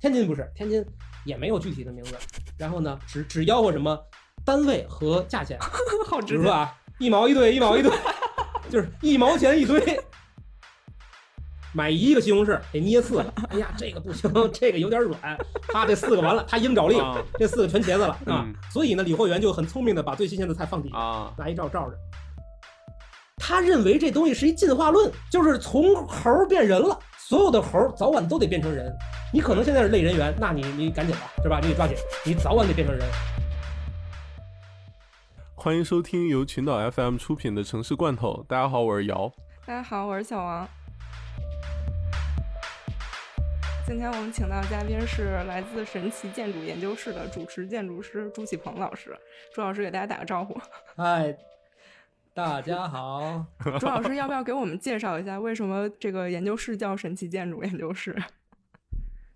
天津不是，天津也没有具体的名字。然后呢，只只吆喝什么单位和价钱， 好比直如接说。啊，一毛一对，一毛一对， 就是一毛钱一堆。 买一个西红柿得捏四 个，哎呀，这个不行， 这个有点软，他这四个完了，他鹰爪力，啊这四个全茄子了啊。嗯所以呢，李货源就很聪明的把最新鲜的菜放底下，啊拿一罩罩着。他认为这东西是一进化论，就是从猴儿变人了，所有的猴儿早晚都得变成人。你可能现在是类人猿，那你你赶紧吧，是吧？你得抓紧，你早晚得变成人。欢迎收听由群岛 FM 出品的《城市罐头》，大家好，我是姚。大家好，我是小王。今天我们请到的嘉宾是来自神奇建筑研究室的主持建筑师朱启鹏老师。朱老师给大家打个 招呼。嗨，哎大家好，朱老师要不要给我们介绍一下为什么这个研究室叫神奇建筑研究室？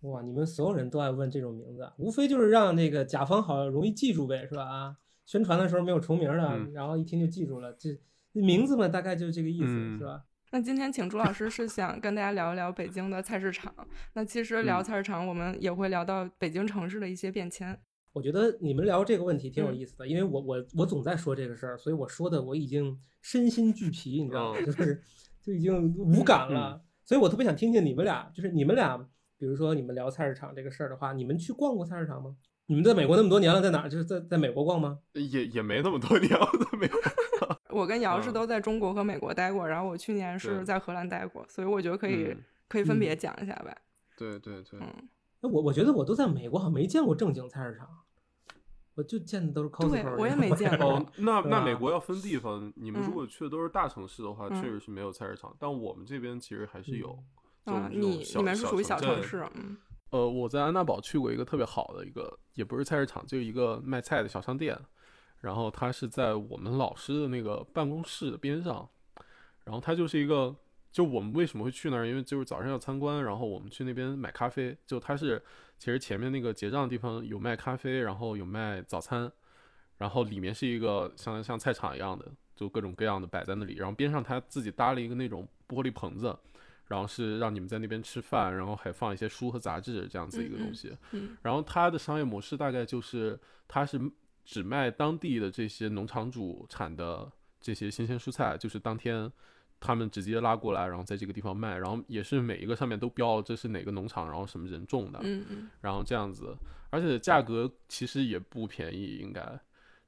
哇，你们所有人都爱问这种名字，啊无非就是让那个甲方好容易记住呗，是吧？啊，宣传的时候没有重名的，嗯然后一听就记住了，这名字嘛，大概就是这个意思，嗯是吧？那今天请朱老师是想跟大家聊一聊北京的菜市场。那其实聊菜市场，我们也会聊到北京城市的一些变迁。我觉得你们聊这个问题挺有嗯意思的，因为我我我总在说这个事儿，所以我说的我已经身心俱疲，你知道吗？哦就是 就已经无感了，嗯所以我特别想听听你们俩，就是你们俩，比如说你们聊菜市场这个事儿的话，你们去逛过菜市场吗？你们在美国那么多年了，在哪儿？就是在在美国逛吗？也也没那么多年，我都没有。我跟姚是嗯都在中国和美国待过，然后我去年对是在荷兰待过，所以我觉得可以、嗯可以分别讲一下吧。对对对，嗯，哎我我觉得我都在美国，好像没见过正经菜市场，我就见的都是 Costco 这种。我也没见过哦，那对那吧美国要分地方，你们嗯如果去的都是大城市的话，嗯确实是没有菜市场，但我们这边其实还是有。就啊，这种你小你们是属于小小城城镇市，嗯嗯呃，我在安娜堡去过一个特别好的一个，也不是菜市场，就是一个卖菜的小商店。然后它是在我们老师的那个办公室的边上，然后它就是一个，就我们为什么会去那儿？因为就是早上要参观，然后我们去那边买咖啡。就它是其实前面那个结账的地方有卖咖啡，然后有卖早餐，然后里面是一个像像菜场一样的，就各种各样的摆在那里。然后边上他自己搭了一个那种玻璃棚子，然后是让你们在那边吃饭，然后还放一些书和杂志这样子一个东西。嗯然后它的商业模式大概就是，它是只卖当地的这些农场主产的这些新鲜蔬菜，就是当天他们直接拉过来，然后在这个地方卖，然后也是每一个上面都标这是哪个农场，然后什么人种的，嗯嗯，然后这样子，而且价格其实也不便宜，应该，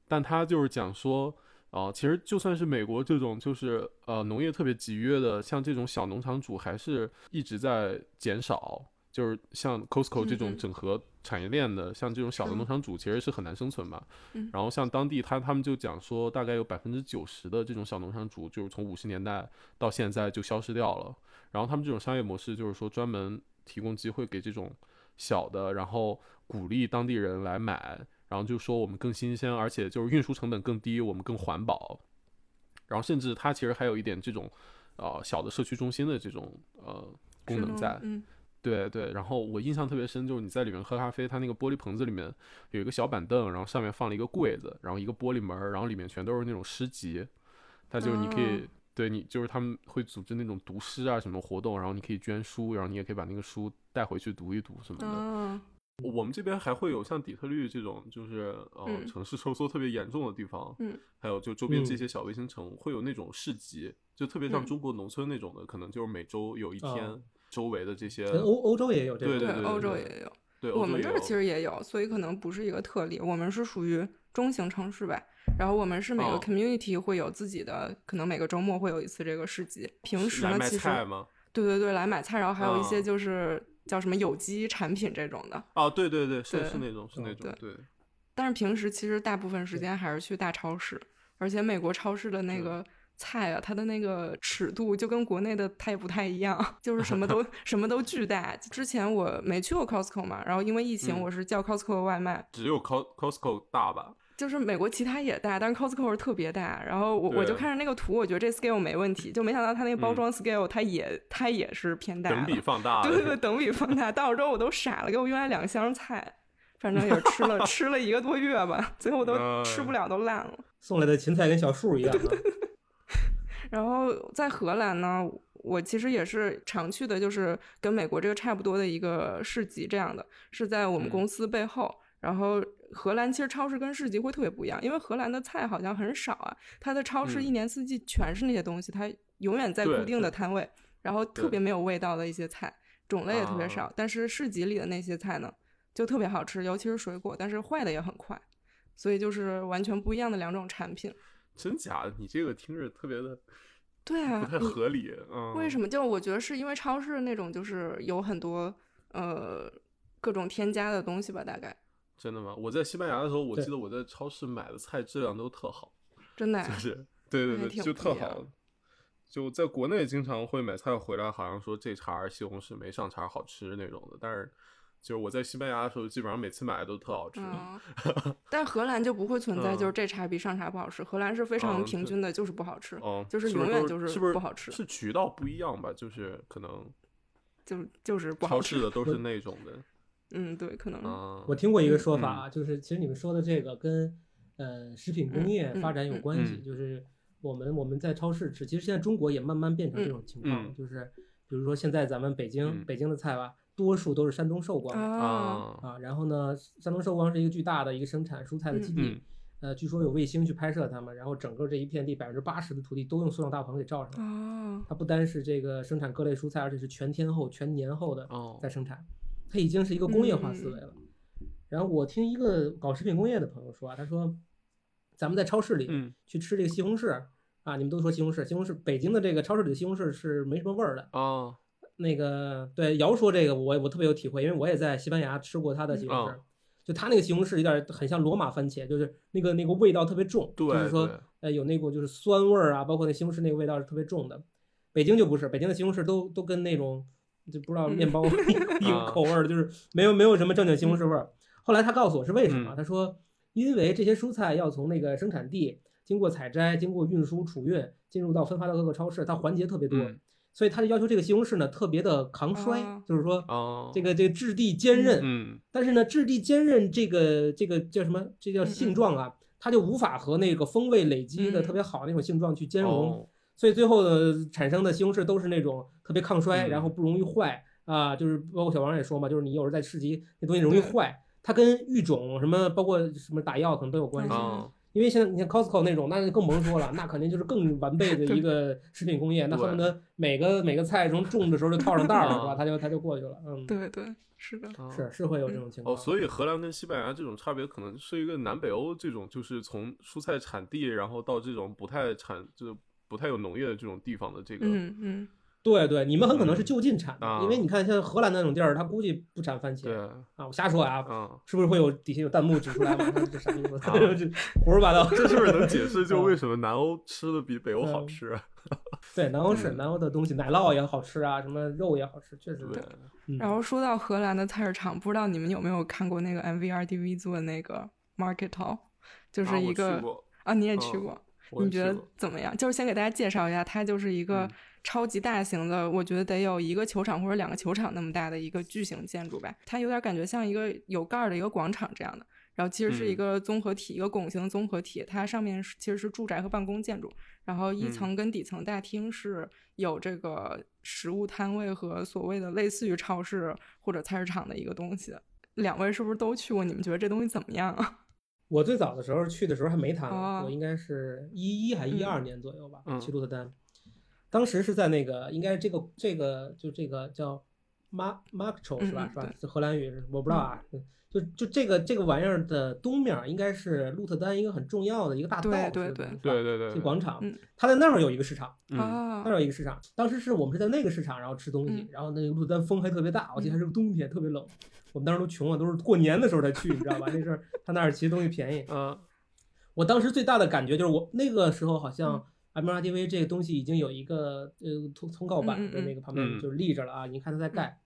但他就是讲说，啊、其实就算是美国这种就是呃农业特别集约的，像这种小农场主还是一直在减少，就是像 Costco 这嗯种嗯整合产业链的，像这种小的嗯农场主其实是很难生存嘛。嗯然后像当地他他们就讲说，大概有百分之九十的这种小农场主，就是从五十年代到现在就消失掉了。然后他们这种商业模式就是说专门提供机会给这种小的，然后鼓励当地人来买，然后就说我们更新鲜，而且就是运输成本更低，我们更环保。然后甚至它其实还有一点这种，呃，小的社区中心的这种呃功是能吗在。嗯对对，然后我印象特别深，就是你在里面喝咖啡，它那个玻璃棚子里面有一个小板凳，然后上面放了一个柜子，然后一个玻璃门儿，然后里面全都是那种诗集，它就是你可以，哦对你就是他们会组织那种读诗啊什么活动，然后你可以捐书，然后你也可以把那个书带回去读一读什么的。嗯我们这边还会有像底特律这种，就是呃、嗯城市收缩特别严重的地方，嗯，还有就周边这嗯些小卫星城、会有那种市集，就特别像嗯中国农村那种的，可能就是每周有一哦天，周围的这些 跟欧欧洲也有这种。对对欧对洲对也有，对，我欧洲们也这儿有其实也有，所以可能不是一个特例，我们是属于中型城市吧。然后我们是每个哦 community 会有自己的，可能每个周末会有一次这个市集。平时来呢，卖其实菜吗？对对对，来买菜，然后还有一些嗯就是叫什么有机产品这种的。哦，对对对，是对嗯是那种是那种对对，但是平时其实大部分时间还是去大超市，而且美国超市的那个菜啊，它的那个尺度就跟国内的它也不太一样， 就是什么 都什么都巨大。之前我没去过 Costco 嘛，然后因为疫情，嗯我是叫 Costco 的外卖，只有 Co- Costco 大吧？就是美国其他也大，但是 Costco 是特别大。然后我我就对看着那个图，我觉得这 scale 没问题，就没想到它那个包嗯装 scale 它也、它也是偏大的，等比放 大的，对 对对，等比放大。到了之后我都傻了，给我运来两箱菜，反正也是吃了吃了一个多月吧，最后都吃不了，都烂了。送来的芹菜跟小树一样啊。然后在荷兰呢，我其实也是常去的，就是跟美国这个差不多的一个市集这样的，是在我们嗯公司背后。然后荷兰其实超市跟市集会特别不一样，因为荷兰的菜好像很少啊，它的超市一年四季全是那些东西，它永远在嗯对固定的对摊位，然后特对别没有味道的一些菜，种类也特别啊少。但是市集里的那些菜呢，就特别好吃，尤其是水果，但是坏的也很快，所以就是完全不一样的两种产品。真假？你这个听着特别 的对啊，不太你合理。嗯，为什么？就我觉得是因为超市那种就是有很多呃各种添加的东西吧，大概真的吗？我在西班牙的时候，我对记得我在超市买的菜质量都特好，真的啊、就是对对那对，还挺就不特一样好。就在国内经常会买菜回来，好像说这茬儿西红柿没上茬儿好吃那种的，但是就是我在西班牙的时候，基本上每次买的都特好吃。嗯， 但荷兰就不会存在，就是这茶比上茶不好吃。荷兰是非常嗯平对均的，就是不好吃，哦，就是不永远都就是是不是不好吃是渠道不一样吧？就是可能就是就是不好超市吃。的都是那种的嗯，对，可能啊。我听过一个说法啊，就是其实你们说的这个跟呃食品工业嗯嗯发展有关系，嗯就是我们我们在超市吃，其实现在中国也慢慢变成这种情况，嗯就是比如说现在咱们北京、嗯北京的菜吧，多数都是山东寿光的、啊，啊，啊，然后呢，山东寿光是一个巨大的一个生产蔬菜的基地。嗯呃，据说有卫星去拍摄它们，然后整个这一片地百分之八十的土地都用塑料大棚给罩上了。嗯哦，它不单是这个生产各类蔬菜，而且是全天候、全年候的哦在生产，它已经是一个工业化嗯思维了。然后我听一个搞食品工业的朋友说啊，他说咱们在超市里嗯去吃这个西红柿啊，你们都说西红柿，西红柿北京的这个超市里的西红柿是没什么味儿的。啊那个对姚说这个我我特别有体会，因为我也在西班牙吃过他的西红柿嗯，就他那个西红柿有点很像罗马番茄，就是那个那个味道特别重，对就是说对呃有那股就是酸味儿啊，包括那西红柿那个味道是特别重的。北京就不是，北京的西红柿都都跟那种就不知道面包 嗯一啊种口味儿，就是没有没有什么正经西红柿味儿。后来他告诉我是为什么，嗯他说因为这些蔬菜要从那个生产地经过采摘、经过运输、储运，进入到分发到各个超市，它环节特别多。嗯所以他就要求这个西红柿呢特别的抗摔，哦就是说啊，这个这个质地坚韧。嗯但是呢，质地坚韧这个这个叫什么？这叫嗯嗯性状啊，它就无法和那个风味累积的嗯特别好的那种性状去兼容，哦所以最后呢产生的西红柿都是那种特别抗摔，嗯然后不容易坏啊。就是包括小王也说嘛，就是你有时候在市集那东西容易对坏。它跟育种什么，包括什么打药可能都有关系，嗯啊因为现在你看 Costco 那种，那就更甭说了，那肯定就是更完备的一个食品工业，那对恨不得每个每个菜从种的时候就套上袋儿了，啊是吧？它就它就过去了，嗯，对对，是的，啊是是会有这种情况。哦，所以荷兰跟西班牙这种差别，可能是一个南北欧这种，就是从蔬菜产地，然后到这种不太产，就是不太有农业的这种地方的这个，嗯嗯，对对，你们很可能是就近产的，啊因为你看像荷兰那种地儿，它估计不产番对茄，啊，我瞎说啊， 啊，是不是会有底下有弹幕指出来吗？这啥意思？ 这胡说八道。这是不是能解释嗯就为什么南欧吃的比北欧好吃啊？对，南欧是嗯南欧的东西，奶酪也好吃啊，什么肉也好吃，确实对，嗯然后说到荷兰的菜市场，不知道你们有没有看过那个 MVRDV 做的那个 Market Hall，就啊是一我个去过，啊，你也嗯去过，我也你觉去得过怎么样？就是先给大家介绍一下，它就是一个嗯超级大型的，我觉得得有一个球场或者两个球场那么大的一个巨型建筑吧。它有点感觉像一个有盖儿的一个广场这样的，然后其实是一嗯个综合体，一个拱形综合体。它上面是其实是住宅和办公建筑，然后一嗯层跟底层大厅是有这个食物摊位和所谓的类似于超市或者菜市场的一个东西。两位是不是都去过？你们觉得这东西怎么样 啊？我最早的时候去的时候还没他呢，哦我应该是一一还一二年左右吧，嗯去鹿特丹。当时是在那个，应该是这个这个就这个叫 Mar Markcho 是吧？嗯嗯是吧对？嗯这荷兰语是我不知道啊。就就这个这个玩意儿的东面儿应该是鹿特丹一个很重要的一个大道，对对是吧对是吧对对对，这广场嗯，它在那儿有一个市场，嗯啊那，儿有一个市场。当时是我们是在那个市场，然后吃东西嗯，然后那个鹿特丹风还特别大，我记得还是个冬天，特别冷。我们当时都穷啊，都是过年的时候才去，你知道吧？那阵儿他那儿其实东西便宜，啊我当时最大的感觉就是我那个时候好嗯像 MRTV 这个东西已经有一个呃通通告嗯板嗯的那嗯个旁边嗯就是立着了啊，你看它在盖。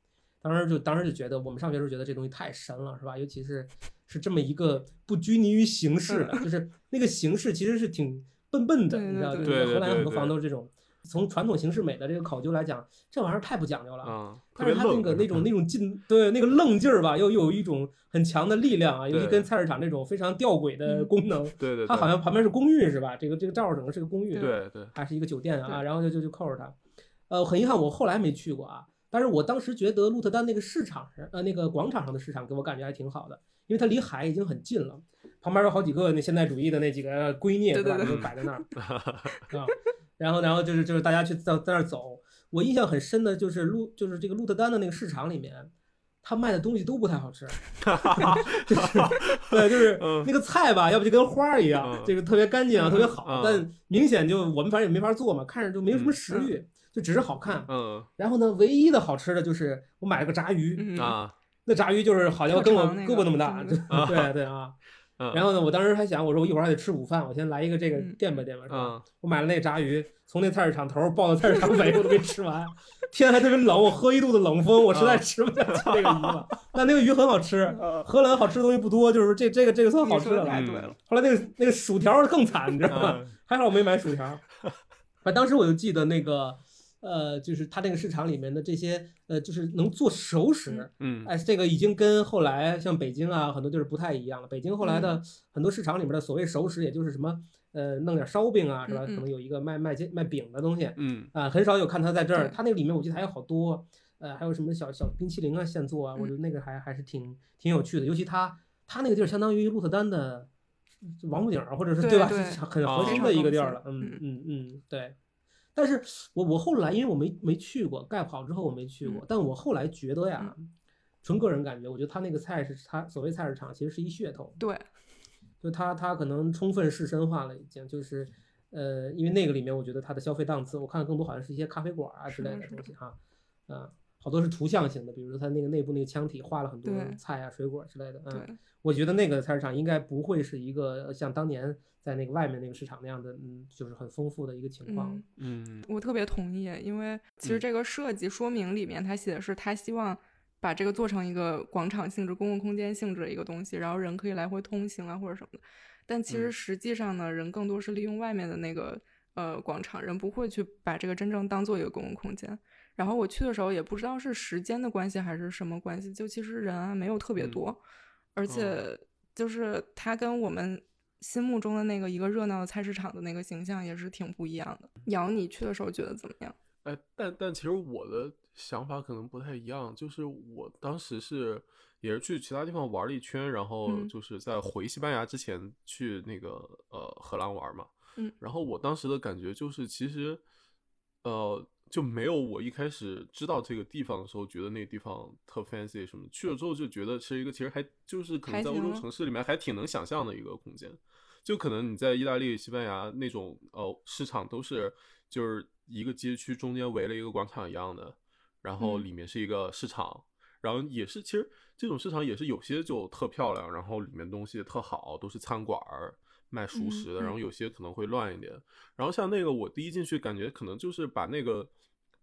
当时就当时就觉得我们上学时候觉得这东西太神了，是吧？尤其是是这么一个不拘泥于形式的，就是那个形式其实是挺笨笨的，嗯对对你知道，就对是对荷兰有很多对对房都是这种。从传统形式美的这个考究来讲，这玩意儿太不讲究了。啊，特但别是它那愣个那种那种劲，对那个愣劲儿吧，又又有一种很强的力量啊，尤其对跟菜市场这种非常吊诡的嗯功能，对对，它对好像旁边是公寓是吧？这个这个照整个是个公寓，对对还是一个酒店啊？对然后就就就扣着它，呃，很遗憾我后来没去过啊，但是我当时觉得鹿特丹那个市场上，呃，那个广场上的市场给我感觉还挺好的，因为它离海已经很近了，旁边有好几个那现代主义的那几个龟臬对是吧，对就摆在那儿啊，然后然后就是就是大家去在在那儿走，我印象很深的就是鹿就是这个鹿特丹的那个市场里面。他卖的东西都不太好吃，就是对，就是嗯那个菜吧，要不就跟花儿一样嗯，这个特别干净啊，特别好嗯，但明显就我们反正也没法做嘛，看着就没嗯有什么食欲，就只是好看。嗯然后呢，唯一的好吃的就是我买了个炸鱼，嗯啊那炸鱼就是好像跟我特长那胳个膊那么大，嗯就 对对啊。然后呢，我当时还想，我说我一会儿还得吃午饭，我先来一个这个嗯垫吧垫吧。是吧嗯我买了那炸鱼，从那菜市场头儿抱到菜市场尾，我都没吃完。天还特别冷，我喝一肚子冷风，我实嗯在吃不下去那个鱼了。但那个鱼很好吃，荷兰好吃的东西不多，就是这这个这个算好你吃说的的了太。嗯对了，后来那个那个薯条更惨，你知道吗？还好我没买薯条。啊，当时我就记得那个，呃，就是他那个市场里面的这些，呃，就是能做熟食，嗯哎，这个已经跟后来像北京啊很多地儿不太一样了。北京后来嗯的很多市场里面的所谓熟食，也就是什么，呃，弄点烧饼啊，是吧？可嗯嗯能有一个卖卖煎卖饼的东西，嗯啊，很少有看他在这儿。对他那个里面我记得还有好多，呃，还有什么小小冰淇淋啊，现做啊，我嗯觉得那个还还是挺挺有趣的。尤其他他那个地儿相当于鹿特丹的王府井儿，或者是对吧？ 对是很啊核非心常的一个地丰儿了。富嗯嗯嗯嗯，对。但是我我后来因为我没没去过，盖好之后我没去嗯过，但我后来觉得呀，纯个人感觉，我觉得他那个菜市，他所谓菜市场其实是一噱头，对，就他他可能充分市身化了，已经就是，呃，因为那个里面我觉得它的消费档次，我看更多好像是一些咖啡馆啊之是类的的是东的西哈，啊、好多是图像型的，比如说它那个内部那个腔体画了很多对菜啊、水果之类的，嗯，对，我觉得那个菜市场应该不会是一个像当年在那个外面那个市场那样的，嗯，就是很丰富的一个情况，嗯，嗯我特别同意，因为其实嗯这个设计说明里面他写的是他希望把这个做成一个广场性质、公共空间性质的一个东西，然后人可以来回通行啊或者什么的。但其实嗯实际上呢，人更多是利用外面的那个呃广场，人不会去把这个真正当做一个公共空间。然后我去的时候也不知道是时间的关系还是什么关系，就其实人啊没有特别嗯多，而且就是它跟我们心目中的那个一个热闹的菜市场的那个形象也是挺不一样的。瑶，你去的时候觉得怎么样？哎，但但其实我的想法可能不太一样，就是我当时是也是去其他地方玩了一圈，然后嗯就是在回西班牙之前去那个呃荷兰玩嘛，嗯，然后我当时的感觉就是其实呃就没有我一开始知道这个地方的时候觉得那地方特 fancy 什么，去了之后就觉得是一个其实还就是可能还在欧行洲啊城市里面还挺能想象的一个空间，就可能你在意大利、西班牙那种呃市场都是就是一个街区中间围了一个广场一样的，然后嗯里面是一个市场，然后也是其实这种市场也是有些就特漂亮，然后里面东西特好，都是餐馆儿卖熟嗯食的，然后嗯有些可能会乱一点。然后像那个我第一进去感觉可能就是把那个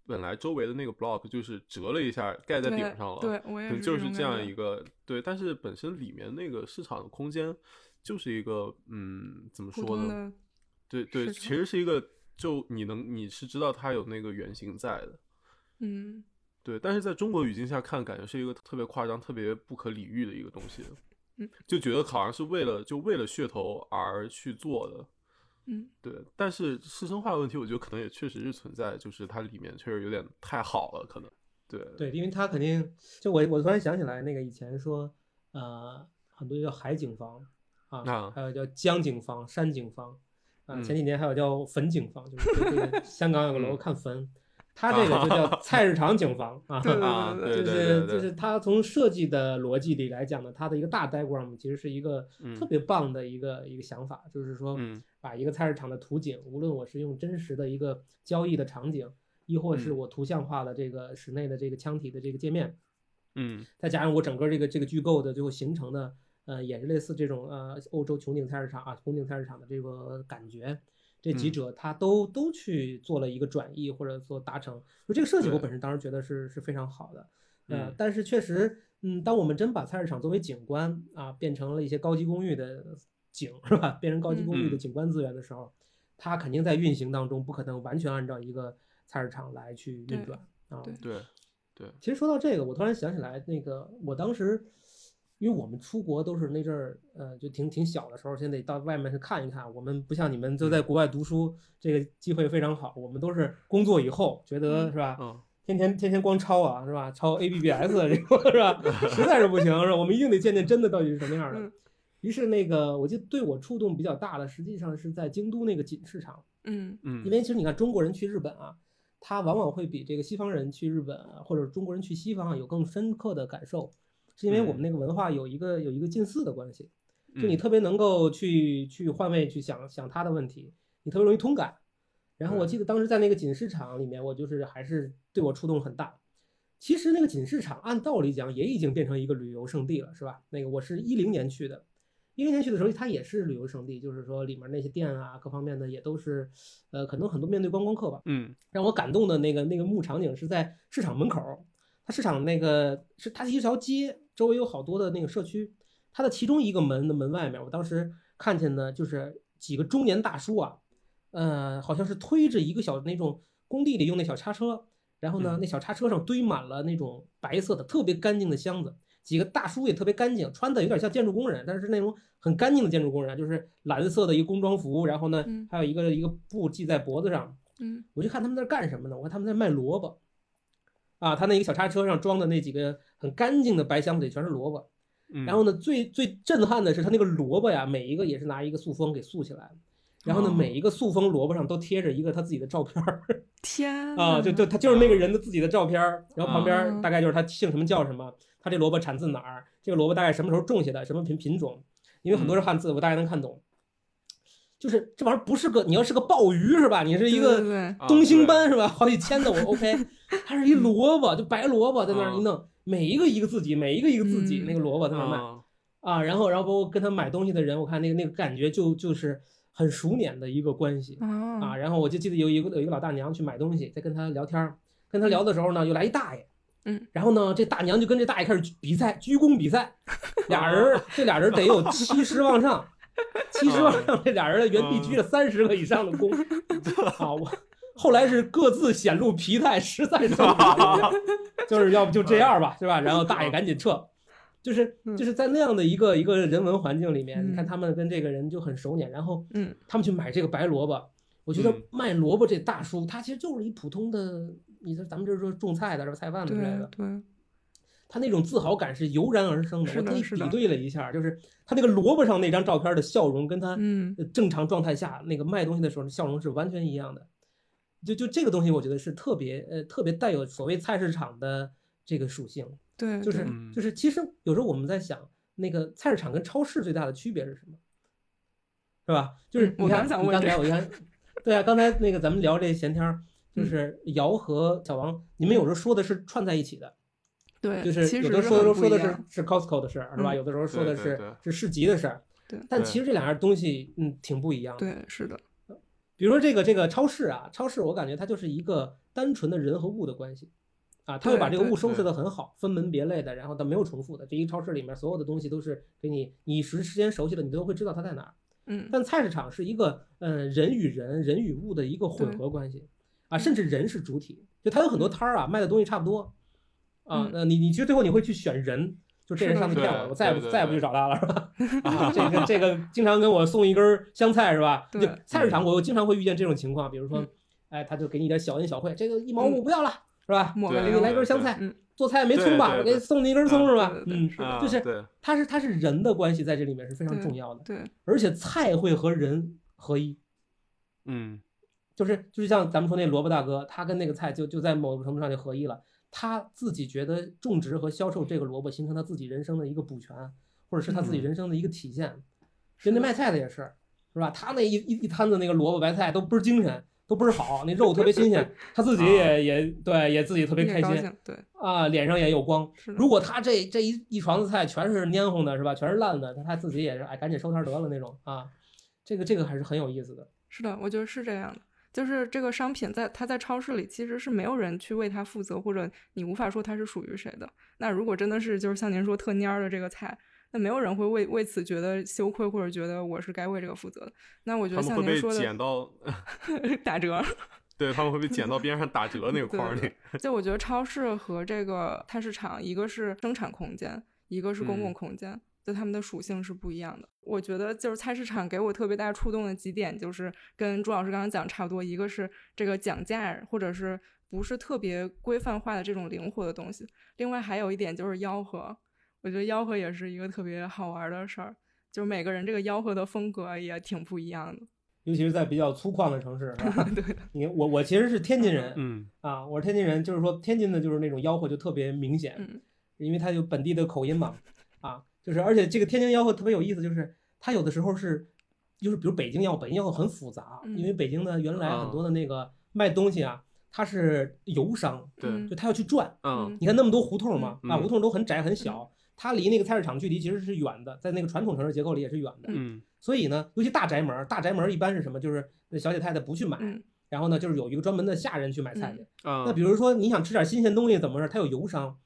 本来周围的那个 block 就是折了一下盖在顶对上了，对我也可能是就这是种这感样觉一个对，但是本身里面那个市场的空间就是一个嗯，怎么普说通呢？的，对对，市其场实是一个就你能你是知道它有那个原型在的，嗯，对，但是在中国语境下看，感觉是一个特别夸张、特别不可理喻的一个东西嗯，就觉得好像是为了就为了噱头而去做的，嗯，对。但是师生化问题，我觉得可能也确实是存在，就是它里面确实有点太好了，可能，对，对，因为他肯定就我我突然想起来那个以前说，呃，很多叫海景房啊，啊还有叫江景房、山景房啊，嗯前几年还有叫坟景房，就是这 个香港有个楼嗯看坟，他这个就叫菜市场景房啊。对 啊，对对就对是对就对，是它从设计的逻辑里来讲呢，它的一个大 diagram 其实是一个嗯特别棒的一个、一个想法，就是说嗯把一个菜市场的图景，无论我是用真实的一个交易的场景，亦或是嗯我图像化的这个室内的这个腔体的这个界面，嗯再加上我整个这个这个巨构的最后形成的，呃，也是类似这种呃欧洲穹顶菜市场啊，穹顶菜市场的这个感觉，这几嗯者他都、都去做了一个转译或者做达成，就这个设计我对本身当时觉得是是非常好的，呃，嗯但是确实，嗯，当我们真把菜市场作为景观啊，变成了一些高级公寓的景是吧？变成高级嗯公寓的嗯景观资源的时候，它肯定在运行当中不可能完全按照一个菜市场来去运对转啊，对 对对，其实说到这个，我突然想起来，那个我当时因为我们出国都是那阵儿，呃，就挺挺小的时候，先得到外面去看一看。我们不像你们都嗯在国外读书，这个机会非常好。我们都是工作以后觉得是吧，嗯，天天天天光抄啊，是吧？ 抄 A B B S 这个是吧？实在是不行，是吧？我们一定得见见真的到底是什么样的嗯。于是那个，我记得对我触动比较大的，实际上是在京都那个锦市场。嗯嗯，因为其实你看中国人去日本啊，他往往会比这个西方人去日本啊或者中国人去西方啊有更深刻的感受，是因为我们那个文化有一个有一个近似的关系，就你嗯特别能够去去换位去想想他的问题，你特别容易通感。然后我对记得当时在那个锦市场里面，我就是还是对我触动很大。其实那个锦市场按道理讲也已经变成一个旅游胜地了，是吧？那个我是一零年去的，一零年去的时候它也是旅游胜地，就是说里面那些店啊各方面的也都是，呃，可能很多面对观光客吧。嗯让我感动的那个那个幕场景是在市场门口儿，它市场那个是它是一条街，周围有好多的那个社区，它的其中一个门的门外面，我当时看见呢就是几个中年大叔啊，呃，好像是推着一个小那种工地里用那小叉车，然后呢嗯那小叉车上堆满了那种白色的特别干净的箱子。几个大叔也特别干净，穿的有点像建筑工人，但是那种很干净的建筑工人啊，就是蓝色的一个工装服，然后呢嗯，还有一个一个布系在脖子上，嗯我就看他们在那儿干什么呢？我看他们在卖萝卜，啊，他那个小叉车上装的那几个很干净的白箱子里全是萝卜。嗯，然后呢，最最震撼的是他那个萝卜呀，每一个也是拿一个塑封给塑起来，然后呢，哦每一个塑封萝卜上都贴着一个他自己的照片 儿天啊，就呐就他就是那个人的自己的照片儿，然后旁边儿哦大概就是他姓什么叫什么，他这萝卜产自哪儿，这个萝卜大概什么时候种下的，什么品品种，因为很嗯多是汉字，我大概能看懂。就是这玩意儿不是个，你要是个鲍鱼是吧？你是一个对对对啊东星对斑是吧？好几千的我 OK，它 是一萝卜，就白萝卜在那儿一嗯弄，每一个一个自己，每一个一个自己，嗯那个萝卜在那儿卖啊啊。然后，然后包括跟他买东西的人，我看那个那个感觉就就是很熟稔的一个关系啊。啊然后我就记得有一个有一个老大娘去买东西，在跟他聊天儿，跟他聊的时候呢，又来一大爷。嗯，然后呢，这大娘就跟这大爷开始比赛，鞠躬比赛，俩人儿这俩人得有七十往上，七十往上，这俩人原地鞠了三十个以上的躬，啊，我后来是各自显露疲态，实在是受不了，就是要不就这样吧，是吧？然后大爷赶紧撤，就是就是在那样的一个一个人文环境里面，你看嗯他们跟这个人就很熟稔，然后嗯他们去买这个白萝卜，我觉得嗯卖萝卜这大叔他其实就是一普通的，你说咱们这儿说种菜的是吧？菜贩子对之类的，对他那种自豪感是油然而生的。是我的特意是比的对了一下，就是他那个萝卜上那张照片的笑容，跟他嗯呃正常状态下那个卖东西的时候的笑容是完全一样的。就就这个东西，我觉得是特别呃特别带有所谓菜市场的这个属性，对就是对嗯就是其实有时候我们在想，那个菜市场跟超市最大的区别是什么，是吧？就是嗯你我看刚想你问刚这才个我看，对啊，刚才那个咱们聊这闲天儿，就嗯是姚和小王，你们有时候说的是串在一起的，对，就其是有实的时候很说不说一的是样是 Costco 的事儿，是吧？嗯有的时候说的对是对是市集的事儿对，但对其实这两样东西，嗯，挺不一样的。对是的，比如说这个这个超市啊，超市我感觉它就是一个单纯的人和物的关系，啊，它会对把这个对物收拾对的很好，分门别类的，然后它没有重复的。这一超市里面所有的东西都是给你，你时时间熟悉了，你都会知道它在哪儿。嗯但菜市场是一个呃人与人、人与物的一个混对合关系啊，甚至人是主体，就它有很多嗯摊儿啊，卖的东西差不多啊嗯，那你你其实最后你会去选人，就这是人的上次是骗的我，我再也不对对再也不对去找他了，是 吧？啊，这个这个经常跟我送一根儿香菜是吧？就对菜市场我经常会遇见这种情况，比如说嗯，哎，他就给你点小恩小惠，这个一毛五不要了，是吧？抹对啊个给你零来根对香菜嗯，做菜没对葱吧，对我给你对送你一根葱是吧对？对对嗯，是的啊就是对它是它是人的关系在这里面是非常对重要的。对而且菜会和人合一，嗯就是就是像咱们说那萝卜大哥，他跟那个菜就就在某个程度上就合一了。他自己觉得种植和销售这个萝卜，形成他自己人生的一个补全，或者是他自己嗯人生的一个体现。是就那的卖菜的也是，是吧？他那一一一摊子那个萝卜白菜都倍儿精神，都倍儿好，那肉特别新 鲜，他自己也也对，也自己特别开啊也高心兴，对啊，脸上也有光。是的如，果他这这一一床子菜全是蔫哄的，是吧？全是烂的，他他自己也是哎，赶紧收摊儿得了那种啊。这个这个还是很有意思的。是的，我觉得是这样的。就是这个商品在它在超市里其实是没有人去为它负责，或者你无法说它是属于谁的。那如果真的是就是像您说特蔫儿的这个菜，那没有人会为为此觉得羞愧，或者觉得我是该为这个负责的。那我觉他得们像会您被说的剪到， 打折，对他们会被剪到边上打折那个对框儿里。就我觉得超市和这个菜市场，一个是生产空间，一个是公共嗯空间，就它们的属性是不一样的。我觉得就是菜市场给我特别大触动的几点，就是跟朱老师刚刚讲差不多，一个是这个讲价或者是不是特别规范化的这种灵活的东西，另外还有一点就是吆喝，我觉得吆喝也是一个特别好玩的事儿，就是每个人这个吆喝的风格也挺不一样的。 尤其是在比较粗犷的城市。是 吧对的，你看我我其实是天津人， 嗯啊，我是天津人，就是说天津的就是那种吆喝就特别明显，嗯因为它有本地的口音嘛，啊，就是而且这个天津吆喝特别有意思，就是它有的时候是，就是比如北京吆喝，北京吆喝很复杂，嗯因为北京呢原来啊很多的那个卖东西啊，它是游商，对嗯就他要去赚，嗯你看那么多胡同嘛，嗯啊，嗯胡同都很窄很小，它离那个菜市场距离其实是远的，在那个传统城市结构里也是远的，嗯所以呢，尤其大宅门儿，大宅门儿一般是什么？就是那小姐太太不去买，嗯然后呢，就是有一个专门的下人去买菜去。啊那比如说你想吃点新鲜东西，怎么回事？他有油商，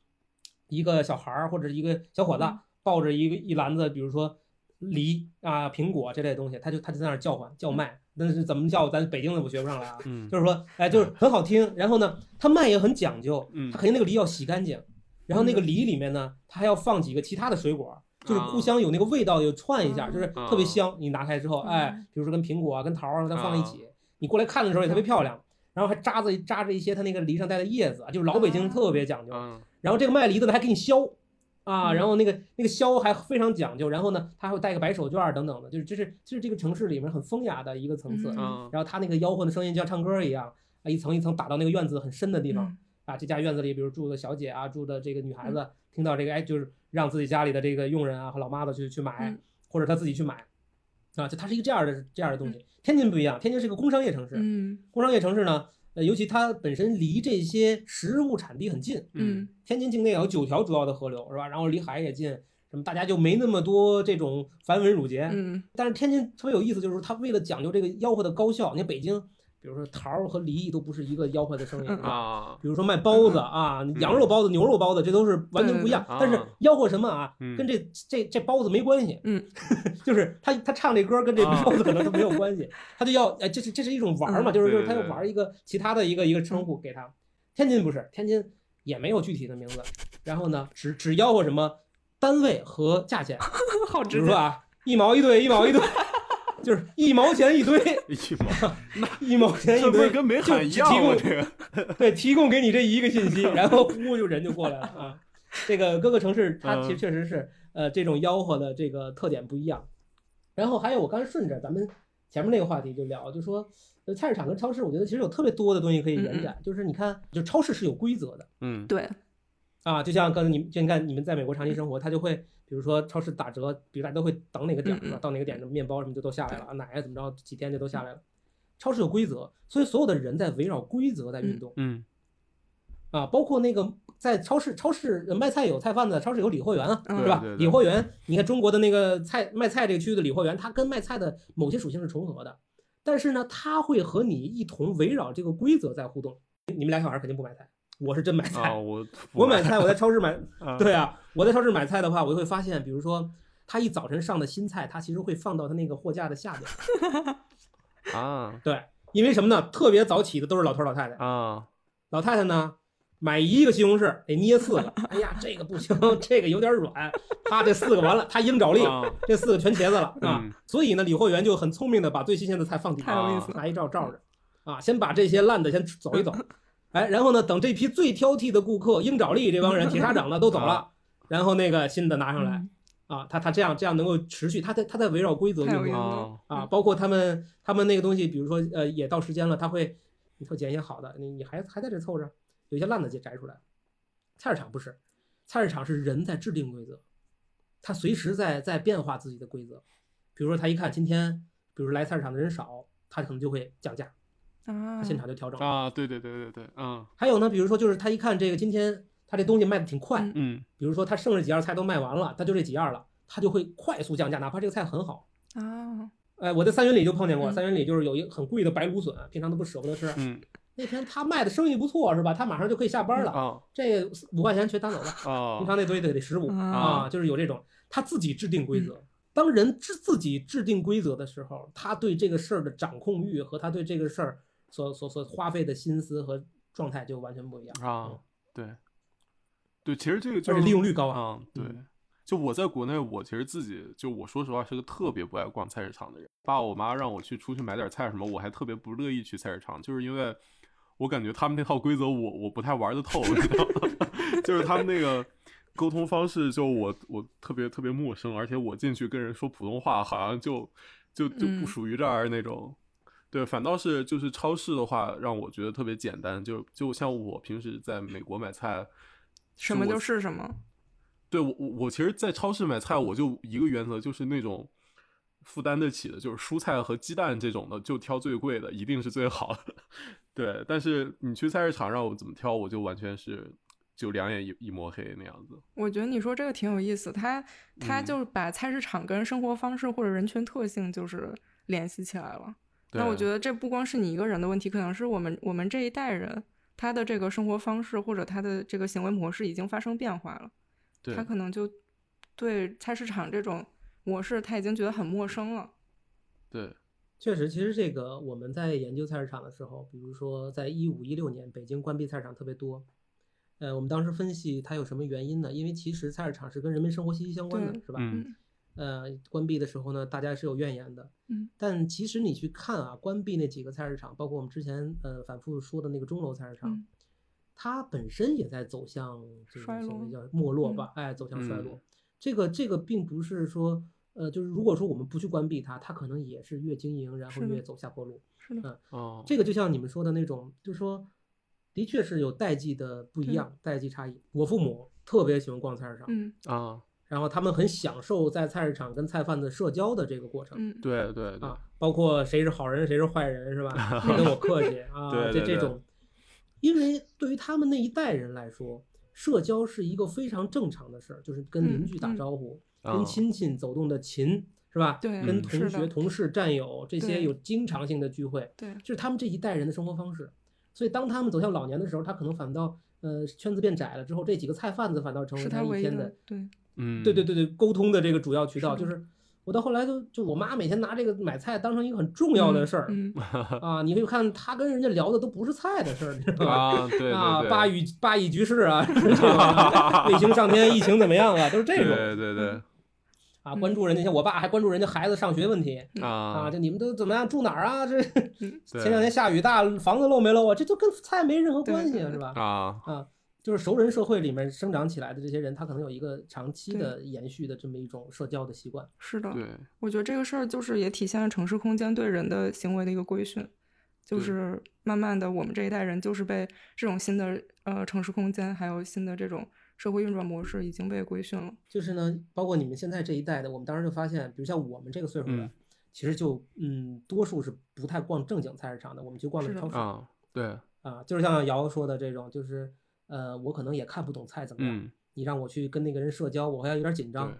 一个小孩儿或者一个小伙子嗯抱着一个一篮子，比如说梨啊、苹果这类东西，他就他就在那儿叫唤叫卖，但是怎么叫，咱北京的我学不上来啊。嗯就是说，哎，就是很好听。然后呢，他卖也很讲究，嗯他肯定那个梨要洗干净，然后那个梨里面呢，他还要放几个其他的水果，啊就是互相有那个味道，有串一下，啊就是特别香。你拿开之后，哎嗯，比如说跟苹果啊、跟桃儿啊，它放在一起，你过来看的时候也特别漂亮。然后还扎着扎着一些它那个梨上带的叶子，就是老北京啊特别讲究。啊然后这个卖梨的呢还给你削，啊，嗯然后那个那个削还非常讲究。然后呢，他还会带个白手绢儿等等的，就是这是这是这个城市里面很风雅的一个层次。嗯啊然后他那个吆喝的声音就像唱歌一样，啊，一层一层打到那个院子很深的地方。嗯啊，这家院子里，比如住的小姐啊，住的这个女孩子，听到这个，哎，就是让自己家里的这个佣人啊和老妈子去去买嗯，或者她自己去买，啊，就它是一个这样的这样的东西。天津不一样，天津是个工商业城市，嗯工商业城市呢，呃，尤其它本身离这些食物产地很近，嗯嗯天津境内有九条主要的河流，是吧？然后离海也近，什么大家就没那么多这种繁文缛节，嗯但是天津特别有意思，就是它为了讲究这个吆喝的高效，你北京，比如说桃儿和梨都不是一个吆喝的声音，是吧啊比如说卖包子啊，羊肉包子、牛肉包子，这都是完全不一样。嗯对对但对是吆喝什么啊，嗯跟这这这包子没关系。嗯， 就是他他唱这歌跟这啊包子可能都没有关系，他就要哎，这是这是一种玩儿嘛，就是就是对对他要对玩一个其他的一个一个称呼给他。天津不是，天津也没有具体的名字，然后呢，只只吆喝什么单位和价钱。嗯 好比直如接说啊，一毛一对，一毛一对， 就是一毛钱一堆，一毛，一毛钱这一不是堆，跟没就喊一只样提吗？供这个 对，提供给你这一个信息，然后呼就人就过来了啊。这个各个城市它其实嗯确实是呃这种吆喝的这个特点不一样。然后还有我刚才顺着咱们前面那个话题就聊，就说呃菜市场跟超市，我觉得其实有特别多的东西可以延展，就是你看，就超市是有规则的。嗯对，啊，就像刚才你们，就你看你们在美国长期生活，他就会，比如说超市打折，比如大家都会等哪个点儿是吧？嗯嗯到哪个点，面包什么就都下来了，啊，奶啊怎么着，几天就都下来了。超市有规则，所以所有的人在围绕规则在运动嗯啊，包括那个在超市，超市呃卖菜有菜贩子，超市有理货员啊，嗯是吧对对？对理货员，你看中国的那个菜卖菜这个区域的理货员，他跟卖菜的某些属性是重合的，但是呢，他会和你一同围绕这个规则在互动。你们俩小孩儿肯定不买菜，我是真买菜，啊，我我买菜我在超市 买。啊对啊，我在超市买菜的话，我就会发现，比如说他一早晨上的新菜，他其实会放到他那个货架的下边。啊对，因为什么呢？特别早起的都是老头儿老太太，啊老太太呢买一个西红柿得捏四个， 哎呀，这个不行，这个有点软，啪，这四个完了，她鹰爪力，啊这四个全茄子了啊。嗯所以呢，理货员就很聪明的把最新鲜的菜放底太下，有意思了。拿一罩罩着，啊，先把这些烂的先走 一走，哎，然后呢，等这批最挑剔的顾客鹰爪力这帮人、铁砂掌呢都走啊了，然后那个新的拿上来。嗯啊，他他这样这样能够持续，他在他在围绕规则运太有意思动了啊啊，包括他们他们那个东西，比如说呃也到时间了，他会你会捡一些好的，你你还还在这凑着，有一些烂的就摘出来。菜市场不是，菜市场是人在制定规则，他随时在在变化自己的规则。比如说他一看今天，比如来菜市场的人少，他可能就会降价，啊他，现场就调整。啊，对对对对对，嗯还有呢，比如说就是他一看这个今天他这东西卖的挺快，嗯嗯比如说他剩下几样菜都卖完了，他就这几样了，他就会快速降价，哪怕这个菜很好。啊，哎，我在三元里就碰见过，嗯三元里就是有一个很贵的白芦笋，平常都不舍不得吃。嗯那天他卖的生意不错，是吧？他马上就可以下班了，啊这五块钱全拿走了。啊平常那堆得得十五啊啊，就是有这种他自己制定规则。当人自自己制定规则的时候，他对这个事儿的掌控欲和他对这个事儿所所所花费的心思和状态就完全不一样啊，对对，其实这个就而且是利用率高啊。啊，对嗯，就我在国内，我其实自己就我说实话是个特别不爱逛菜市场的人。爸我妈让我去出去买点菜什么，我还特别不乐意去菜市场，就是因为我感觉他们那套规则我我不太玩得透，你知道吗 就是他们那个沟通方式，就我我特别特别陌生，而且我进去跟人说普通话，好像就就就不嗯属于这儿那种。对，反倒是就是超市的话，让我觉得特别简单，就就像我平时在美国买菜，什么我就是什么，对我我我其实，在超市买菜，我就一个原则，就是那种负担得起的，就是蔬菜和鸡蛋这种的，就挑最贵的，一定是最好的。 对，但是你去菜市场让我怎么挑，我就完全是就两眼一一抹黑那样子。我觉得你说这个挺有意思，他他嗯就是把菜市场跟生活方式或者人群特性就是联系起来了。那我觉得得这不光是你一个人的问题，可能是我们我们这一代人他的这个生活方式或者他的这个行为模式已经发生变化了，对他可能就对菜市场这种模式他已经觉得很陌生了。对，确实，其实这个我们在研究菜市场的时候，比如说在一五一六年，北京关闭菜市场特别多。呃，我们当时分析它有什么原因呢？因为其实菜市场是跟人民生活息息相关的对，是吧？嗯呃，关闭的时候呢，大家是有怨言的。嗯，但其实你去看啊，关闭那几个菜市场，包括我们之前呃反复说的那个钟楼菜市场，嗯它本身也在走向这衰个所谓落叫没落吧，哎，走向衰嗯落。这个这个并不是说，呃，就是如果说我们不去关闭它，它可能也是越经营，然后是的越走下坡路。是的，哦，这个就像你们说的那种，就是说，的确是有代际的不一对样，代际差异。我父母特别喜欢逛菜市场，嗯啊，然后他们很享受在菜市场跟菜贩子社交的这个过程。嗯，对对对，啊，包括谁是好人，谁是坏人，是吧？ 谁跟我客气啊，对对这对这种，因为对于他们那一代人来说，社交是一个非常正常的事儿，就是跟邻居打嗯嗯招呼，啊跟亲戚走动的勤，是吧？对跟嗯同是的学、同事、战友这些对有经常性的聚会，对这是他们这一代人的生活方式。所以，当他们走向老年的时候，他可能反倒呃圈子变窄了之后，这几个菜贩子反倒成为是他唯一一天的的对，嗯，对对对对，沟通的这个主要渠道是就的是，我到后来就就我妈每天拿这个买菜当成一个很重要的事儿、嗯，啊，你会看她跟人家聊的都不是菜的事儿，你知道吧？啊， 对 对啊，对，巴以巴以局势啊， 这种啊卫星上天，疫情怎么样啊，都是这种对对对啊，关注人家，像我爸还关注人家孩子上学问题啊，啊，就你们都怎么样，住哪儿啊？这对 前两天下雨大，房子漏没漏啊？这就跟菜没任何对关系对啊，对是吧？啊，就是熟人社会里面生长起来的这些人，他可能有一个长期的延续的这么一种社交的习惯。是 的，啊对我觉得这个事儿就是也体现了城市空间对人的行为的一个规训，就对是慢慢的我们这一代人就是被这种新的呃城市空间还有新的这种社会运转模式已经被规训了。就是呢，包括你们现在这一代的，我们当时就发现，比如像我们这个岁数的，嗯其实就嗯，多数是不太逛正经菜市场的，我们去逛的是的超市啊，对，啊，就是像瑶说的这种，就是呃，我可能也看不懂菜怎么样，嗯，你让我去跟那个人社交，我还有点紧张对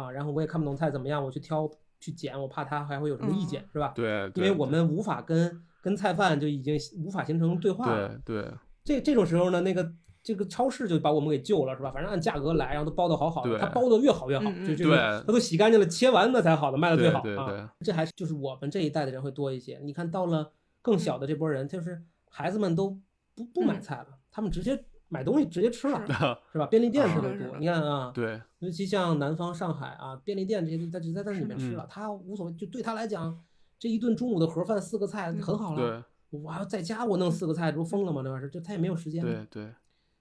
啊，然后我也看不懂菜怎么样，我去挑去捡，我怕他还会有什么意见，是吧？对，因为我们无法跟跟菜贩就已经无法形成对话了，对对这这种时候呢，那个这个超市就把我们给救了，是吧？反正按价格来，然后都包的好好的，对它包的越好越好，嗯嗯就这对个它都洗干净了，切完了才好的，卖的对最好对啊。对，这还是就是我们这一代的人会多一些。你看到了更小的这波人，就是孩子们都不不买嗯菜了，他们直接买东西直接吃了，是 是吧？便利店是特的别是多，的你看啊，对，尤其像南方上海啊，便利店这些东西，他直接在里面是的吃了，他无所谓，就对他来讲，这一顿中午的盒饭四个菜嗯很好了。对，我还要在家我弄四个菜，这不疯了吗？这玩意儿，就他也没有时间。对，对，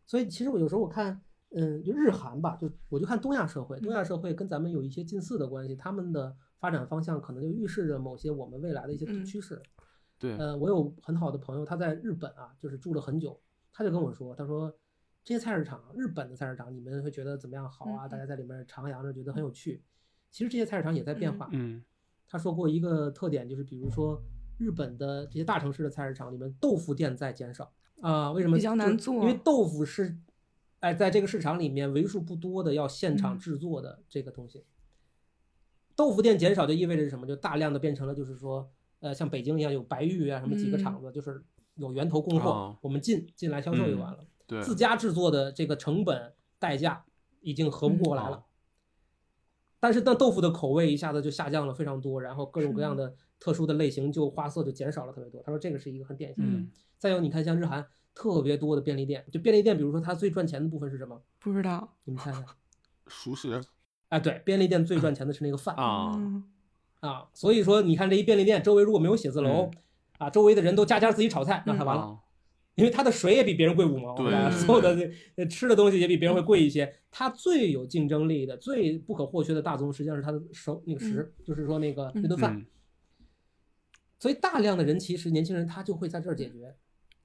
所以其实我有时候我看，嗯，就日韩吧，就我就看东亚社会，东嗯亚社会跟咱们有一些近似的关系，他们的发展方向可能就预示着某些我们未来的一些嗯趋势。对，呃，我有很好的朋友，他在日本啊，就是住了很久，他就跟我说，他说这些菜市场，日本的菜市场，你们会觉得怎么样好啊？嗯大家在里面徜徉着，觉得很有趣。其实这些菜市场也在变嗯化。嗯，他说过一个特点，就是比如说日本的这些大城市的菜市场里面，豆腐店在减少啊、为什么？比较就是难做因为豆腐是，哎，在这个市场里面为数不多的要现场嗯制作的这个东西。豆腐店减少就意味着什么？就大量的变成了就是说，呃，像北京一样有白玉啊什么几嗯个厂子，就是有源头供货，哦我们进进来销售就完了。对，自家制作的这个成本代价已经合不过来了。嗯哦但是那豆腐的口味一下子就下降了非常多，然后各种各样的特殊的类型就花色就减少了特别多。他说这个是一个很典型的。嗯再有你看像日韩特别多的便利店，就便利店，比如说它最赚钱的部分是什么？不知道你们猜猜？熟食，哎，对，便利店最赚钱的是那个饭啊，嗯啊，所以说你看这一便利店周围如果没有写字楼嗯，啊，周围的人都家家自己炒菜，那他完了，啊因为他的水也比别人贵五毛，对是吧嗯所有的这呃吃的东西也比别人会贵一些。他最有竞争力的、最不可或缺的大宗，实际上是他的手那个食，就是说那个那顿饭。嗯所以大量的人其实年轻人他就会在这儿解决，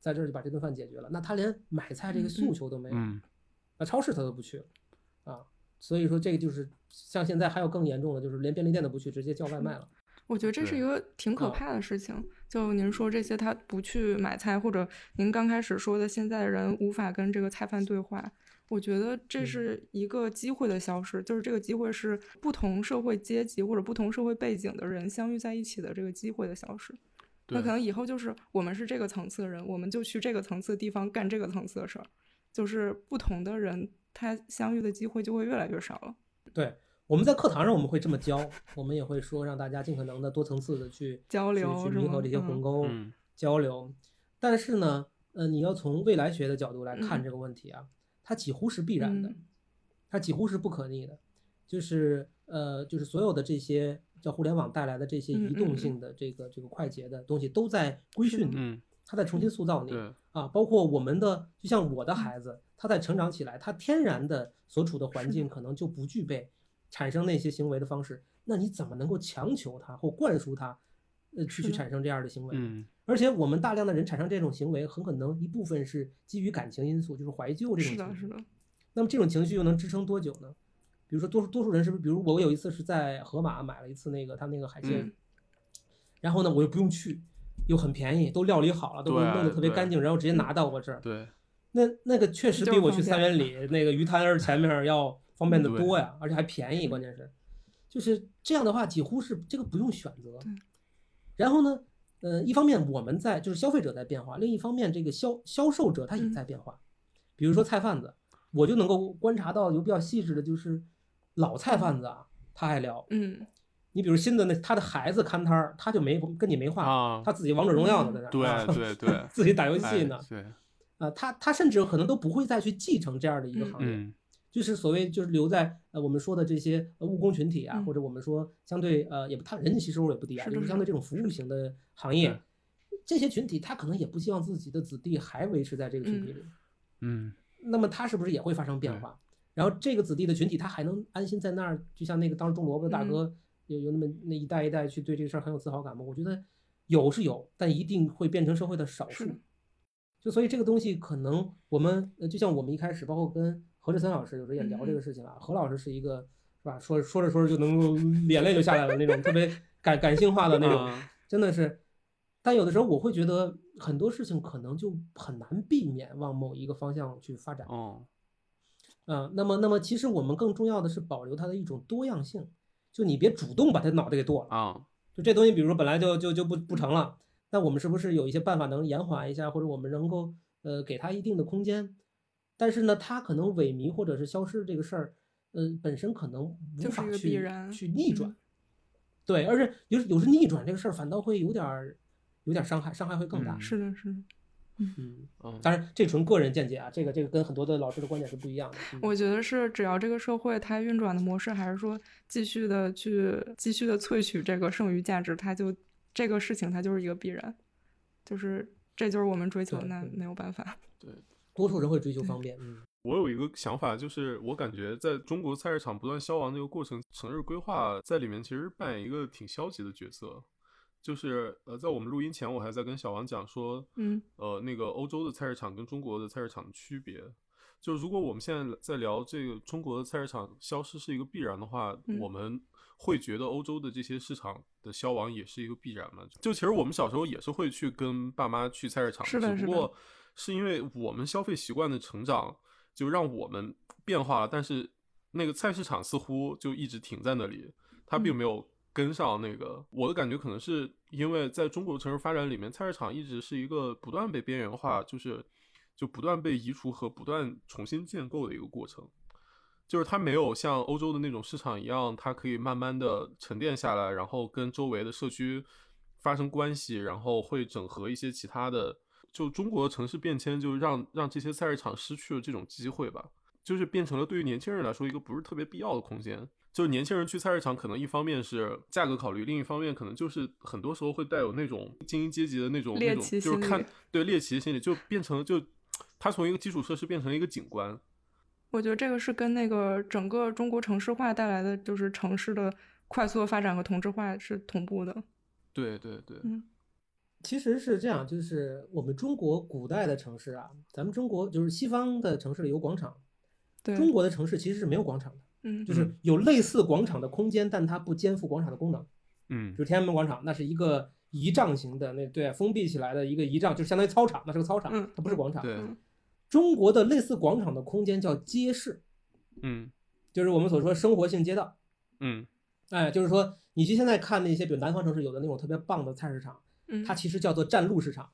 在这儿就把这顿饭解决了。那他连买菜这个诉求都没有，嗯那超市他都不去了啊。所以说这个就是像现在还有更严重的，就是连便利店都不去，直接叫外卖了。我觉得这是一对个挺可嗯怕的事情。就您说这些，他不去买菜，或者您刚开始说的，现在的人无法跟这个菜贩对话，我觉得这嗯是一个机会的消失。就是这个机会是不同社会阶级或者不同社会背景的人相遇在一起的这个机会的消失。那对可能以后就是我们是这个层次的人，我们就去这个层次的地方干这个层次的事儿，就是不同的人他相遇的机会就会越来越少了。我们在课堂上我们会这么教，我们也会说让大家尽可能的多层次的去交流去去是弥吗合这些嗯鸿沟、嗯交流。但是呢，呃，你要从未来学的角度来看嗯这个问题啊，它几乎是必然的，嗯它几乎是不可逆的，就是呃，就是所有的这些叫互联网带来的这些嗯移嗯动嗯性的这个这个快捷的东西都在规是训你，嗯，它在重新塑造你。对，啊，包括我们的，就像嗯我的孩子，他在成长起来，他天然的所处的是环的境可能就不具备产生那些行为的方式，那你怎么能够强求他或灌输他，呃，去是去的产生这样的行为？嗯而且我们大量的人产生这种行为，很可能一部分是基于感情因素，就是怀旧这种是情的，绪。是的，那么这种情绪又能支撑多久呢？比如说多数多数人是不是？比如我有一次是在盒马买了一次那个他那个海鲜，嗯然后呢我又不用去，又很便宜，都料理好了，都给我对弄得特别对嗯干净，然后直接拿到我这儿。对，那那个确实就比是我方去三元 里那个鱼摊儿前面要方便的嗯对多呀，而且还便宜，关键是，就是这样的话，几乎是这个不用选择对。然后呢，呃，一方面我们在就是消费者在变化，另一方面这个销销售者他也嗯在变化。比如说菜贩子，我就能够观察到有比较细致的，就是老菜贩子啊，他爱聊。嗯，你比如新的那他的孩子看摊儿，他就没跟你没话，啊，他自己王者荣耀呢在那儿，啊对对对， 自己打游戏哎呢。对，啊，他他甚至有可能都不会再去继承这样的一个嗯行业，嗯就是所谓就是留在呃我们说的这些呃务工群体啊，嗯或者我们说相对呃也不他人家其实收入也不低啊，是的就是是相对这种服务型的行业对，这些群体他可能也不希望自己的子弟还维持在这个群体里，嗯，那么他是不是也会发生变对化？然后这个子弟的群体他还能安心在那儿，就像那个当时种萝卜的大嗯哥有有那么那一代一代去对这个事儿很有自豪感吗？我觉得有是有，但一定会变成社会的少是数的。就所以这个东西，可能我们呃，就像我们一开始，包括跟何志森老师有时候也嗯聊这个事情啊。何老师是一个是吧？说说着说着就能够 眼泪就下来了那种，特别感感性化的那种，啊真的是。但有的时候我会觉得很多事情可能就很难避免往某一个方向去发展。哦，嗯、那么那么其实我们更重要的是保留它的一种多样性，就你别主动把它脑袋给剁了。啊，就这东西，比如说本来就就就不不成了，那我们是不是有一些办法能延缓一下，或者我们能够呃给它一定的空间？但是呢，它可能萎靡或者是消失这个事儿，呃，本身可能无就是法一去个必然去逆转。嗯对，而且有时有时逆转这个事儿，反倒会有点儿有点儿伤害，伤害会更大嗯。是的，是的。嗯，嗯当然这纯个人见解啊，这个这个跟很多的老师的观点是不一样的。嗯我觉得是，只要这个社会它运转的模式还是说继续的去继续的萃取这个剩余价值，它就这个事情它就是一个必然，就是这就是我们追求，对那对没有办法。多数人会追求方便，嗯，我有一个想法，就是我感觉在中国菜市场不断消亡这个过程，城市规划在里面其实扮演一个挺消极的角色。就是呃，在我们录音前，我还在跟小王讲说，嗯，呃，那个欧洲的菜市场跟中国的菜市场的区别。就如果我们现在在聊这个中国的菜市场消失是一个必然的话，嗯我们会觉得欧洲的这些市场的消亡也是一个必然嘛？就其实我们小时候也是会去跟爸妈去菜市场，是的只是不的过是因为我们消费习惯的成长，就让我们变化了，但是那个菜市场似乎就一直停在那里，它并嗯没有跟上那个。我的感觉可能是因为在中国城市发展里面，菜市场一直是一个不断被边缘嗯化，就是就不断被移除和不断重新建构的一个过程。就是它没有像欧洲的那种市场一样，它可以慢慢的沉淀下来，然后跟周围的社区发生关系，然后会整合一些其他的。就中国城市变迁，就让让这些菜市场失去了这种机会吧，就是变成了对于年轻人来说一个不是特别必要的空间。就是年轻人去菜市场，可能一方面是价格考虑，另一方面可能就是很多时候会带有那种精英阶级的那种那猎种，奇就是心理看对猎奇心理，就变成就它从一个基础设施变成了一个景观， 我觉得这个是跟那个整个中国城市化带来的，就是城市的快速的发展和同质化是同步的。对对对，嗯其实是这样，就是我们中国古代的城市啊，咱们中国就是西方的城市里有广场，对，中国的城市其实是没有广场的，嗯就，是有类似广场的空间，但它不肩负广场的功能。嗯比如天安门广场，那是一个仪仗型的，那对、封闭起来的一个仪仗，就相当于操场，那是个操场嗯，它不是广场。对，嗯中国的类似广场的空间叫街市，嗯就是我们所说生活性街道。嗯哎，就是说你去现在看那些，比如南方城市有的那种特别棒的菜市场，嗯，它其实叫做占路市场。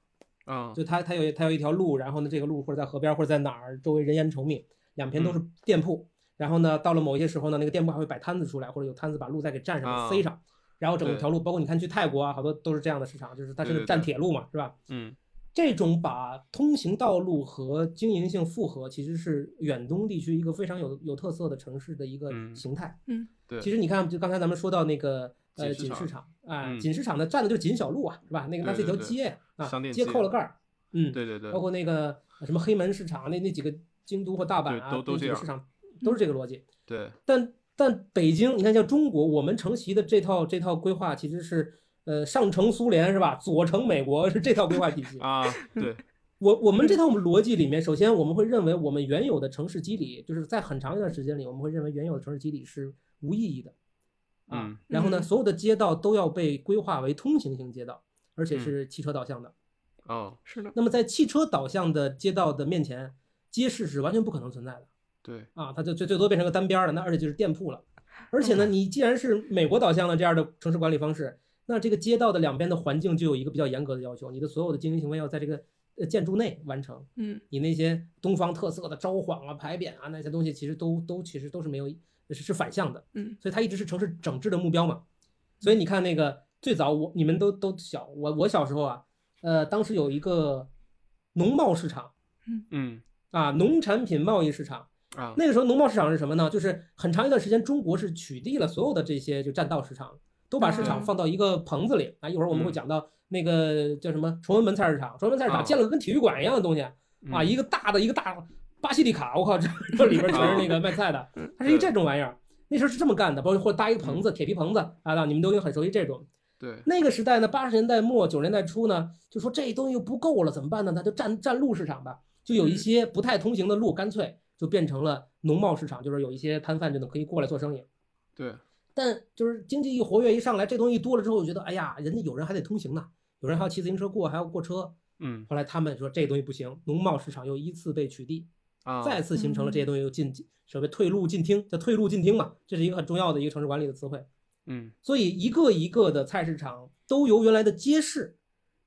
啊，就它它有它有一条路，然后呢，这个路或者在河边或者在哪儿，周围人烟稠密，两边都嗯是店铺。然后呢，到了某一些时候呢，那个店铺还会摆摊子出来，或者有摊子把路再给占上、啊塞上，然后整对条路，包括你看去泰国啊，好多都是这样的市场，就是它对是对占对铁路嘛，是吧？嗯这种把通行道路和经营性复合，其实是远东地区一个非常有有特色的城市的一个嗯形态。嗯，对其实你看，就刚才咱们说到那个呃锦市锦市场，哎，嗯锦市场呢占的就是锦小路啊，是吧？那个那是对一条对对街呀啊商，店街街扣了盖儿，嗯，对对对包，括那个什么黑门市场，那那几个京都或大阪啊，对都都那几这个样市场都是这个逻辑。对但但北京，你看像中国，我们承袭的这套这套规划其实是呃上承苏联是吧，左承美国是这套规划体 系。啊， 对，我我们这套我们逻辑里面，首先我们会认为我们原有的城市机理，就是在很长一段时间里，我们会认为原有的城市机理是无意义的啊。嗯然后呢，嗯所有的街道都要被规划为通行型街道，而且是汽车导向的。啊，是的，那么在汽车导向的街道的面前，街市是完全不可能存在的对，啊，它就最最多变成个单边儿了，那而且就是店铺了。而且呢，你既然是美国导向的这样的城市管理方式，那这个街道的两边的环境就有一个比较严格的要求，你的所有的经营行为要在这个呃建筑内完成。嗯你那些东方特色的招幌啊、牌匾啊那些东西，其实都都其实都是没有是是反向的，嗯所以它一直是城市整治的目标嘛。所以你看那个最早我你们都都小，我我小时候啊，呃，当时有一个农贸市场嗯啊，农产品贸易市场。啊，那个时候农贸市场是什么呢？就是很长一段时间，中国是取缔了所有的这些就占道市场，都把市场嗯放到一个棚子里啊。一会儿我们会嗯讲到那个叫什么崇文门菜市场，崇文门菜市啊场建了个跟体育馆一样的东西。啊，嗯一个大的一个大巴西利卡，我靠，这这里边全是啊那个卖菜的嗯，它是一这种玩意儿。那时候是这么干的，包括或者搭一个棚子，铁皮棚子啊，那你们都已经很熟悉这种。对，那个时代呢，八十年代末九十年代初呢，就说这东西又不够了，怎么办呢？那就占占路市场吧，就有一些不太通行的路，干脆就变成了农贸市场，就是有一些摊贩就能可以过来做生意。对，但就是经济一活跃一上来，这东西多了之后，我觉得哎呀，人家有人还得通行呢，有人还要骑自行车过，还要过车。嗯后来他们说这东西不行，农贸市场又依次被取缔。啊，再次形成了这些东西又进所谓退路进厅，叫退路进厅嘛，这是一个很重要的一个城市管理的词汇。嗯所以一个一个的菜市场都由原来的街市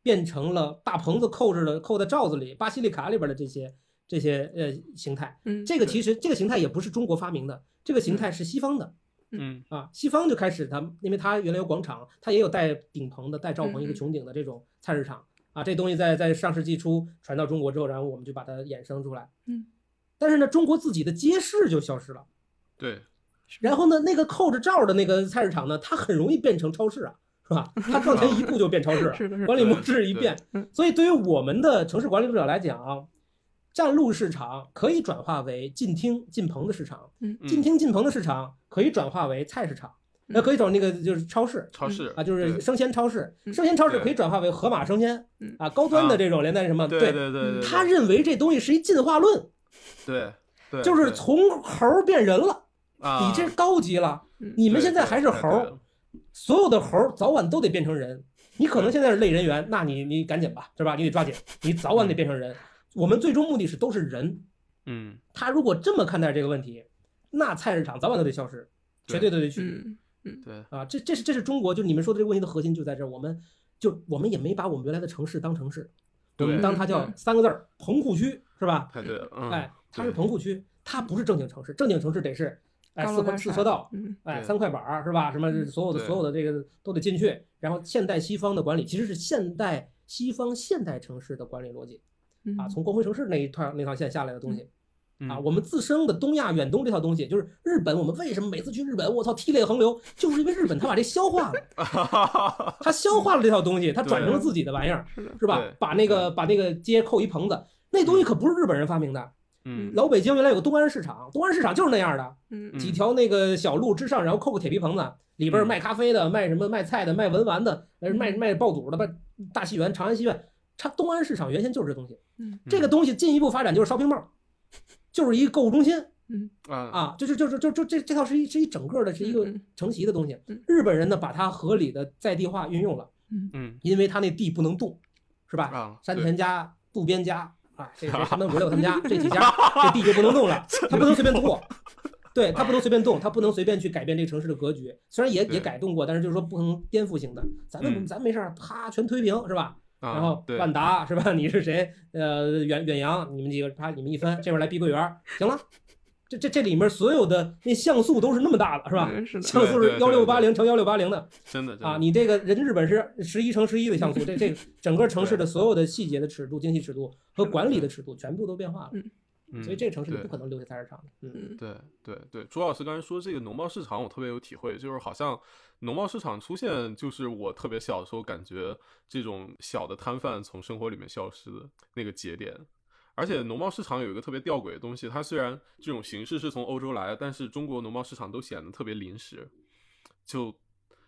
变成了大棚子扣着的扣在罩子里、巴西利卡里边的这些这些呃形态。嗯，这个对其实这个形态也不是中国发明的，这个形态是西方的嗯啊，西方就开始他们，因为他原来有广场，他也有带顶棚的、带罩棚一个嗯嗯穹顶的这种菜市场啊，这东西在在上世纪初传到中国之后，然后我们就把它衍生出来。嗯，但是呢，中国自己的街市就消失了。对，然后呢，那个扣着罩的那个菜市场呢，它很容易变成超市啊，是吧？它赚钱一步就变超市了， 是的，是的，管理模式一变对嗯。所以对于我们的城市管理者来讲，占路市场可以转化为进厅进棚的市场，嗯进厅进棚的市场可以转化为菜市场，那、嗯可以转那个就是超市超市啊，就是对生鲜超市，嗯生鲜超市对可以转化为盒马生鲜嗯啊，高端的啊这种连带什么？对对对对，嗯他对认为这东西是一进化论，对对，就是对从猴儿变人了。啊，你这高级了嗯，你们对现在对还是对猴对儿，所有的猴儿早晚都得变成人。你可能现在是类人猿，那你你赶紧吧，对吧？你得抓紧，你早晚得变成人。我们最终目的是都是人。嗯，他如果这么看待这个问题，那菜市场早晚都得消失，绝对对都得去嗯对，啊！这这是这是中国，就是你们说的这个问题的核心就在这儿。我们就我们也没把我们原来的城市当城市，我们对当它叫嗯三个字儿棚户区，是吧？太对了，嗯，哎，它是对棚户区，它不是正经城市，正经城市得是哎高楼四大环四厦车道，嗯哎对三块板儿是吧？什么嗯所有的对所有的这个都得进去，然后现代西方的管理其实是现代西方现代城市的管理逻辑啊嗯啊，从光辉城市那一套那套线下来的东西。嗯啊，我们自身的东亚、远东这套东西，就是日本，我们为什么每次去日本，我操，涕泪横流，就是因为日本他把这消化了， 他消化了这套东西，他转成了自己的玩意儿，是的，嗯是吧对？把那个把那个街扣一棚子，那东西可不是日本人发明的，嗯老北京原来有个东安市场，东安市场就是那样的，嗯嗯几条那个小路之上，然后扣个铁皮棚子，里边儿卖咖啡的、卖什么卖菜的、卖文玩的、呃嗯卖卖爆肚的、卖大戏园、长安戏院，它东安市场原先就是这东西。嗯这个东西进一步发展就是 shopping mall，就是一个购物中心嗯啊啊，就是就是就就这这套是一是一整个的是一个嗯嗯承袭的东西嗯。日本人呢把它合理的在地化运用了，嗯因为他那地不能动，是吧？啊，山对田家、渡边家啊，这这什么五六他们 家这几家，这地就不能动了，他不能随便拓，对他不能随便动，他不能随便去改变这个城市的格局。虽然也对也改动过，但是就是说不能颠覆性的。咱们嗯咱没事儿，啪全推平是吧？啊然后对万达是吧？你是谁？呃，远远洋，你们几个啪，你们一分，这边来碧桂园，行了。这这这里面所有的那像素都是那么大的，是吧？嗯是的，像素对对是对幺对六八零乘幺六八零的，真的真啊，的你这个人日本是十一乘十一的像素，这这个整个城市的所有的细节的尺度、精细尺度和管理的尺度全部都变化了，嗯所以这个城市是对不可能留下菜市场的。嗯，嗯对对对，朱老师刚才说这个农贸市场，我特别有体会，就是好像农贸市场出现，就是我特别小的时候感觉这种小的摊贩从生活里面消失的那个节点。而且农贸市场有一个特别吊诡的东西，它虽然这种形式是从欧洲来的，但是中国农贸市场都显得特别临时。就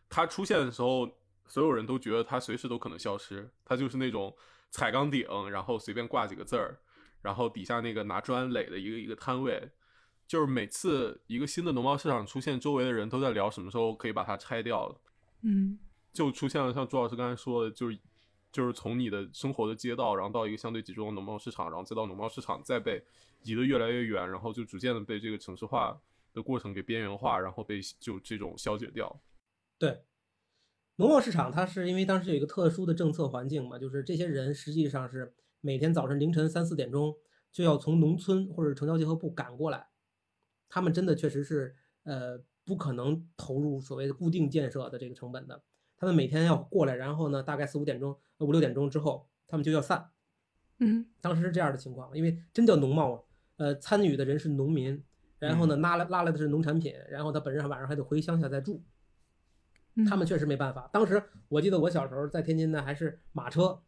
它出现的时候，所有人都觉得它随时都可能消失，它就是那种彩钢顶，然后随便挂几个字儿，然后底下那个拿砖垒的一个一个摊位，就是每次一个新的农贸市场出现，周围的人都在聊什么时候可以把它拆掉了，嗯就出现了像朱老师刚才说的，就是就是从你的生活的街道，然后到一个相对集中的农贸市场，然后再到农贸市场，再被移得越来越远，然后就逐渐的被这个城市化的过程给边缘化，然后被就这种消解掉。农贸市场它是因为当时有一个特殊的政策环境嘛，就是这些人实际上是每天早晨凌晨三四点钟就要从农村或者城乡结合部赶过来，他们真的确实是呃不可能投入所谓的固定建设的这个成本的，他们每天要过来，然后呢大概四五点钟、呃五六点钟之后他们就要散。嗯当时是这样的情况，因为真叫农贸啊，呃，参与的人是农民，然后呢嗯拉来拉来的是农产品，然后他本人晚上还得回乡下再住，嗯，他们确实没办法。当时我记得我小时候在天津呢，还是马车，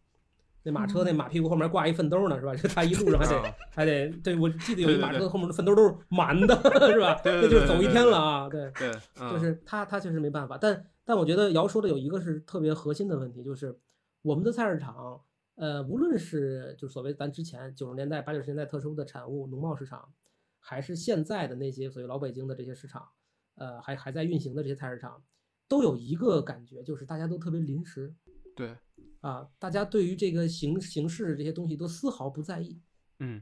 那马车那马屁股后面挂一粪兜呢，是吧？这他一路上还得嗯啊还得，对我记得有对一对马车对后面的粪兜都是满的， 是吧？那对对就对走一对天对了啊，对。对，就 嗯、是他他确实没办法。但但我觉得姚说的有一个是特别核心的问题，就是我们的菜市场，呃，无论是就所谓咱之前九十年代八九十年代特殊的产物农贸市场，还是现在的那些所谓老北京的这些市场，呃，还还在运行的这些菜市场，都有一个感觉，就是大家都特别临时对，啊，大家对于这个形形式这些东西都丝毫不在意。嗯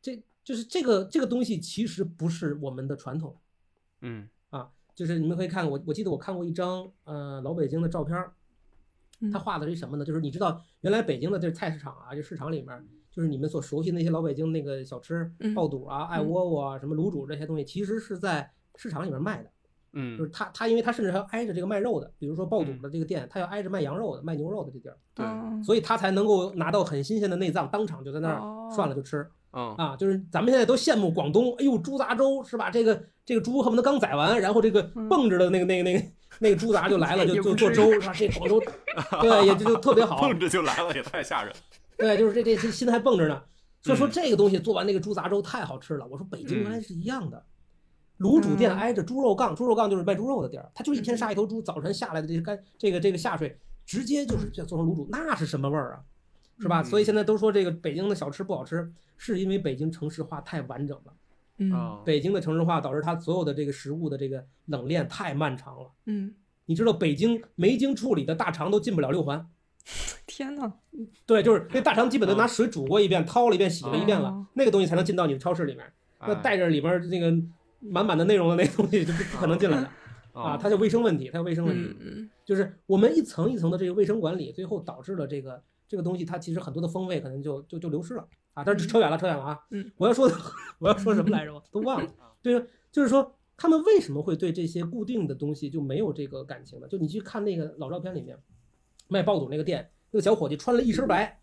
这就是这个这个东西其实不是我们的传统。嗯啊，就是你们可以看我，我记得我看过一张呃老北京的照片儿，他嗯画的是什么呢？就是你知道原来北京的这菜市场啊，这市场里面儿就是你们所熟悉的那些老北京那个小吃嗯，爆肚啊、爱嗯窝窝啊、什么卤煮这些东西，其实是在市场里面卖的。就是嗯，他他因为他甚至还要挨着这个卖肉的，比如说爆肚嗯的这个店，他要挨着卖羊肉的、卖牛肉的这地儿，对，嗯哦所以他才能够拿到很新鲜的内脏，当场就在那哦儿涮了就吃。嗯啊，就是咱们现在都羡慕广东，哎呦，猪杂粥是吧？这个这个猪恨不得刚宰完，然后这个嗯蹦着的那个那个那个那个猪杂就来了，就 也就不做至粥是吧？这广州对也就就特别 好，碰着就来了，也太吓人了。对，就是这这这心还蹦着呢。所以说嗯这个东西做完那个猪杂粥太好吃了，我说北京原来是一样的。卤煮店嗯挨着猪肉杠，猪肉杠就是卖猪肉的地儿，他就一嗯天杀一头猪，早晨下来的这些干这个这个下水，直接就是做成卤煮，那是什么味儿啊？是吧？所以嗯现在都说这个北京的小吃不好吃，是因为北京城市化太完整了。嗯啊，北京的城市化导致它所有的这个食物的这个冷链太漫长了。嗯，你知道北京没经处理的大肠都进不了六环，天呐，对，就是那大肠基本都拿水煮过一遍、掏了一遍、洗了一遍了哦，那个东西才能进到你的超市里面。那哎带着里面那个满满的内容的那东西就不不可能进来的嗯啊！它叫卫生问题，它叫卫生问题，嗯嗯就是我们一层一层的这个卫生管理，最后导致了这个这个东西它其实很多的风味可能就就就流失了啊！但是扯远了，扯远了啊！嗯， 我要说的我要说什么来着？我都忘了。对，就是说他们为什么会对这些固定的东西就没有这个感情呢？就你去看那个老照片里面，卖爆肚那个店，那个小伙计穿了一身白，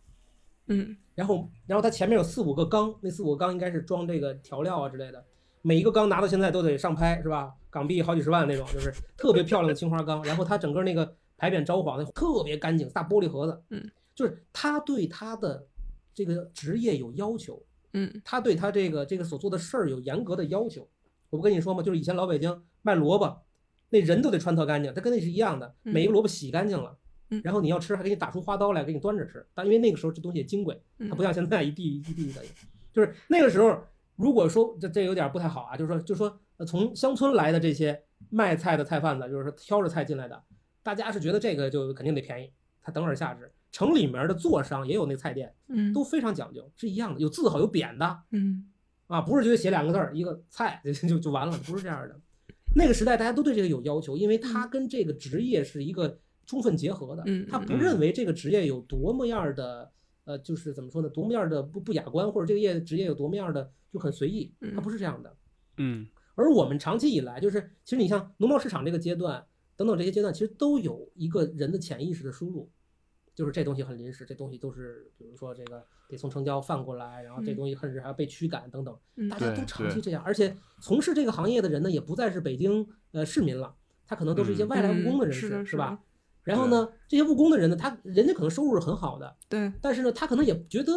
嗯然后然后它前面有四五个缸，那四五个缸应该是装这个调料啊之类的，每一个缸拿到现在都得上拍是吧？港币好几十万那种，就是特别漂亮的青花缸。然后它整个那个牌匾招幌特别干净，大玻璃盒子，嗯，就是他对他的这个职业有要求，嗯他对他这个这个所做的事儿有严格的要求。我不跟你说吗？就是以前老北京卖萝卜，那人都得穿特干净，它跟那是一样的，嗯每一个萝卜洗干净了，嗯然后你要吃还给你打出花刀来给你端着吃。但因为那个时候这东西也金贵，嗯，它不像现在一地一地的，就是那个时候，如果说这这有点不太好啊，就是说就是说呃从乡村来的这些卖菜的菜贩子，就是说挑着菜进来的，大家是觉得这个就肯定得便宜，他等而下之。城里面的坐商也有那菜店，嗯都非常讲究，是一样的，有字号有匾的嗯啊，不是就写两个字儿一个菜 就就就完了，不是这样的。那个时代大家都对这个有要求，因为它跟这个职业是一个充分结合的。嗯他不嗯认为这个职业有多么样儿的，呃，就是怎么说呢，多么样儿的不不雅观，或者这个业职业有多么样儿的就很随意，他嗯不是这样的。嗯而我们长期以来，就是其实你像农贸市场这个阶段等等这些阶段，其实都有一个人的潜意识的输入，就是这东西很临时，这东西都是比如说这个得从城郊贩过来，然后这嗯东西甚至还要被驱赶等等。嗯大家都对长期对这样，而且从事这个行业的人呢，也不再是北京呃市民了，他可能都是一些嗯外来务工的嗯人是士，的是是吧的？然后呢，这些务工的人呢，他人家可能收入是很好的，对，但是呢，他可能也觉得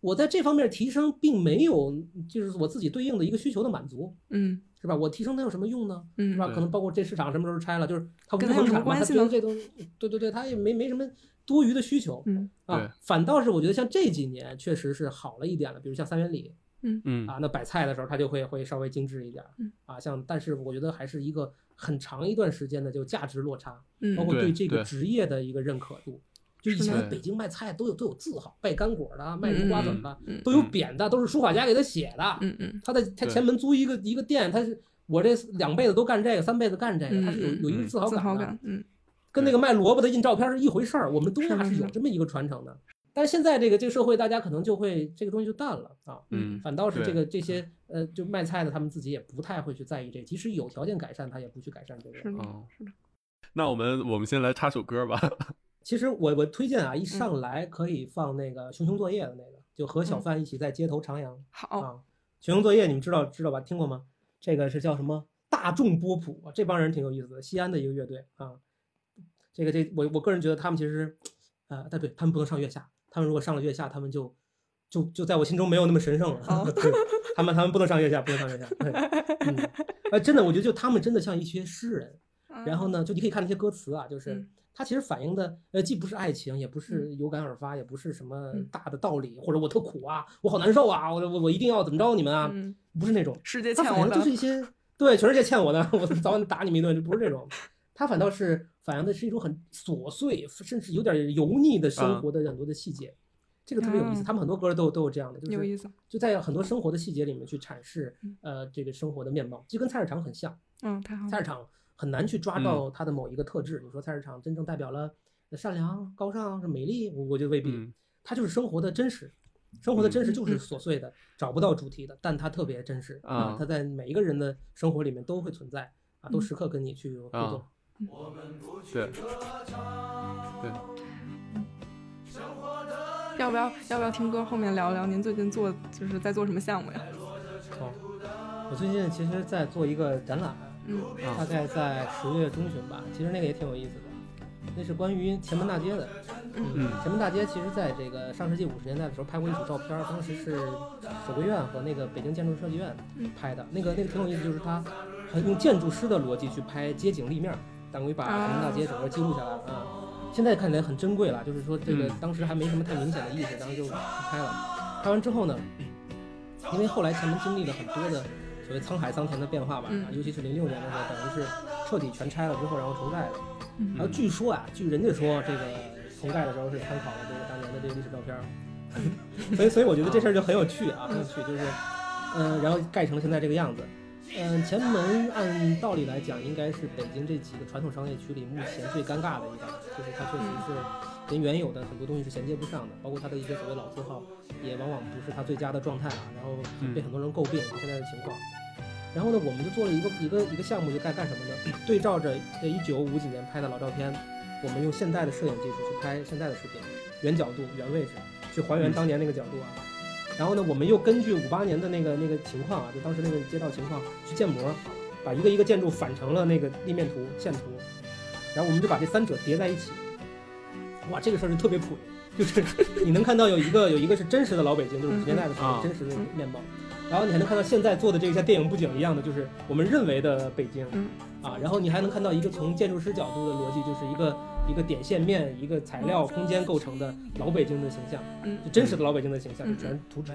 我在这方面提升并没有，就是我自己对应的一个需求的满足，嗯是吧？我提升它有什么用呢？嗯是吧？对可能包括这市场什么时候拆了，就是他无跟他有很什么感嘛，关他系觉得呢这东西，对对对，他也没没什么多余的需求嗯啊对。反倒是我觉得像这几年确实是好了一点了，比如像三元里，嗯啊，那摆菜的时候它就会会稍微精致一点儿嗯，啊，像但是我觉得还是一个很长一段时间的就价值落差，嗯包括对对这个对职业的一个认可度。就以是前的北京卖菜都有都有字号，卖干果的、卖木瓜子儿的，嗯都有嗯匾的，都是书法家给他写的。嗯嗯他在他对前门租一个一个店，他是我这两辈子都干这个，三辈子干这个，他是有嗯有一个嗯自豪自豪的感，嗯跟那个卖萝卜的印照片是一回事儿。我们东是亚的是是有的这么一个传承的，但是现在这个这个社会，大家可能就会这个东西就淡了啊。嗯，反倒是这对嗯个这些呃，就卖菜的他们自己也不太会去在意这，即使有条件改善，他也不去改善这是个。的哦是的，那我们我们先来插首歌吧。其实我我推荐啊，嗯一上来可以放那个熊熊作业的那个，就和小嗯贩一起在街头徜徉好，啊。熊熊作业你们知道知道吧？听过吗？这个是叫什么？大众波普这帮人挺有意思的，西安的一个乐队啊。这个这我我个人觉得他们其实，呃，但对他们不能上月下，他们如果上了月下，他们就就就在我心中没有那么神圣了。哦 对他们他们不能上月下，不能上月下。对，嗯，呃，真的，我觉得就他们真的像一些诗人。然后呢，就你可以看那些歌词啊，就是嗯它其实反映的，呃，既不是爱情，也不是有感而发，也不是什么嗯大的道理，或者我特苦啊，我好难受啊，我我我一定要怎么着你们啊啊，嗯，不是那种。世界他欠反我映的就，是一 些对全世界欠我的，我早晚打你们一顿，就不是这种。他反倒是反映的是一种很琐碎，甚至有点油腻的生嗯活的很多的细节，这个特别有意思。啊他们很多歌都有都有这样的，就有是意思，就在很多生活的细节里面去阐释嗯，呃，这个生活的面貌，就跟菜市场很像。嗯，太好菜 了，市场很难去抓到它的某一个特质。你说菜市场真正代表了善良、高尚、是美丽，我我觉得未必。 嗯它就是生活的真实，生活的真实嗯就是嗯琐碎的，找不到主题的，但它特别真实啊它在每一个人的生活里面都会存在啊，都嗯时刻跟你去有互啊动。对，要不要要不要听歌？后面聊聊您最近做就是在做什么项目呀？好，我最近其实在做一个展览，嗯大概在十月中旬吧，其实那个也挺有意思的，那是关于前门大街的。嗯前门大街其实在这个上世纪五十年代的时候拍过一组照片儿，当时是手绘院和那个北京建筑设计院嗯拍的。那个那个挺有意思，就是它很用建筑师的逻辑去拍街景立面儿，等于把啊前门大街整个记录下来了啊。现在看起来很珍贵了，就是说这个嗯当时还没什么太明显的意识，当时就去拍了。拍完之后呢，因为后来前门经历了很多的所谓沧海桑田的变化吧，嗯尤其是零六年的时候，等于是彻底全拆了之后，然后重盖的。然后嗯据说啊，据人家说，这个重盖的时候是参考了这个当年的这个历史照片儿， 所以所以我觉得这事儿就很有趣啊，很有趣，就是，嗯、然后盖成了现在这个样子。嗯、前门按道理来讲，应该是北京这几个传统商业区里目前最尴尬的一个，就是它确实是跟原有的很多东西是衔接不上的，包括它的一些所谓老字号，也往往不是它最佳的状态啊，然后嗯被很多人诟病现在的情况。然后呢，我们就做了一个一个一个项目，就该干什么呢？ 对照着这一九五几年拍的老照片，我们用现代的摄影技术去拍现在的视频，远角度、远位置，去去还原当年那个角度啊。然后呢，我们又根据五八年的那个那个情况啊，就当时那个街道情况去建模，啊把一个一个建筑反成了那个立面图、线图，然后我们就把这三者叠在一起。哇，这个事儿就特别普，就是你能看到有一个有一个是真实的老北京，就是五十年代的时嗯候啊真实的面貌，然后你还能看到现在做的这个像电影布景一样的，就是我们认为的北京嗯，啊，然后你还能看到一个从建筑师角度的逻辑，就是一个一个点线面、一个材料、空间构成的老北京的形象，嗯就真实的老北京的形象，嗯就全是图纸。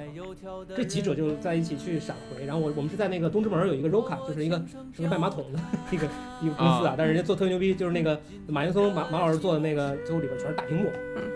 这几者就在一起去闪回，然后我我们是在那个东直门有一个 Roca，就是一个嗯是个卖马桶的 一个一个公司啊啊，但是人家做特别牛逼，就是那个马云松马马老师做的那个，最后里边全是大屏幕，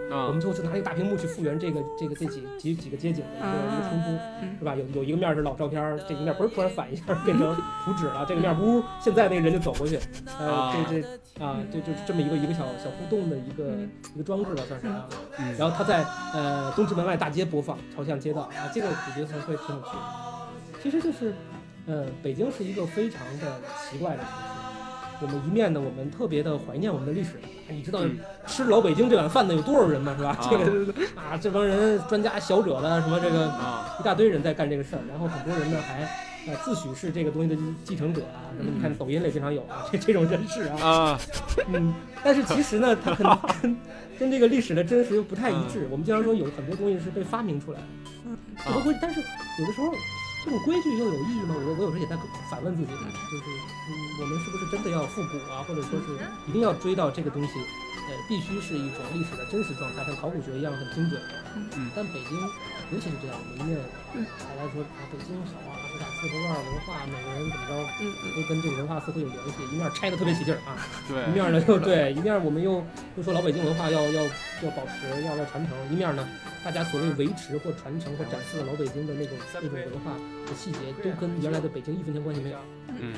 我们啊最后就拿那个大屏幕去复原这个这个这几几几个街景的一个一个冲突，嗯是吧？有有一个面是老照片儿，这一面不是突然反一下儿变成图纸了，这个面呜，现在那个人就走过去，呃啊，这这啊，就就这么一个一个小小互动的一个嗯一个装置吧，算是啊。嗯然后他在呃东直门外大街播放，朝向街道啊，这个我觉得还会挺有趣的。其实就是，呃，北京是一个非常的奇怪的城市。我们一面呢，我们特别的怀念我们的历史。哎你知道嗯吃老北京这碗饭的有多少人吗？是吧？啊这个啊，这帮人专家学者的什么这个啊一大堆人在干这个事儿，然后很多人呢还呃自诩是这个东西的继承者啊，什么嗯你看抖音里经常有啊这这种人士啊，啊嗯，但是其实呢，它可能跟跟这个历史的真实又不太一致。我们经常说有很多东西是被发明出来的，很多规矩，但是有的时候这种规矩又有意义吗？我我有时候也在反问自己，就是嗯，我们是不是真的要复古啊，或者说是一定要追到这个东西，呃，必须是一种历史的真实状态，像考古学一样很精准。嗯但北京尤其是这样，我们因为嗯大家说啊，北京好啊，是吧？四合院文化，每个人怎么着嗯嗯都跟这个文化似乎有联系，一面拆的特别起劲儿啊。一对面呢 又对，一面我们又又说老北京文化要要要保持，要要传承；一面呢，大家所谓维持或传承或展示的老北京的那种那种文化的细节，都跟原来的北京一分钱关系没有。嗯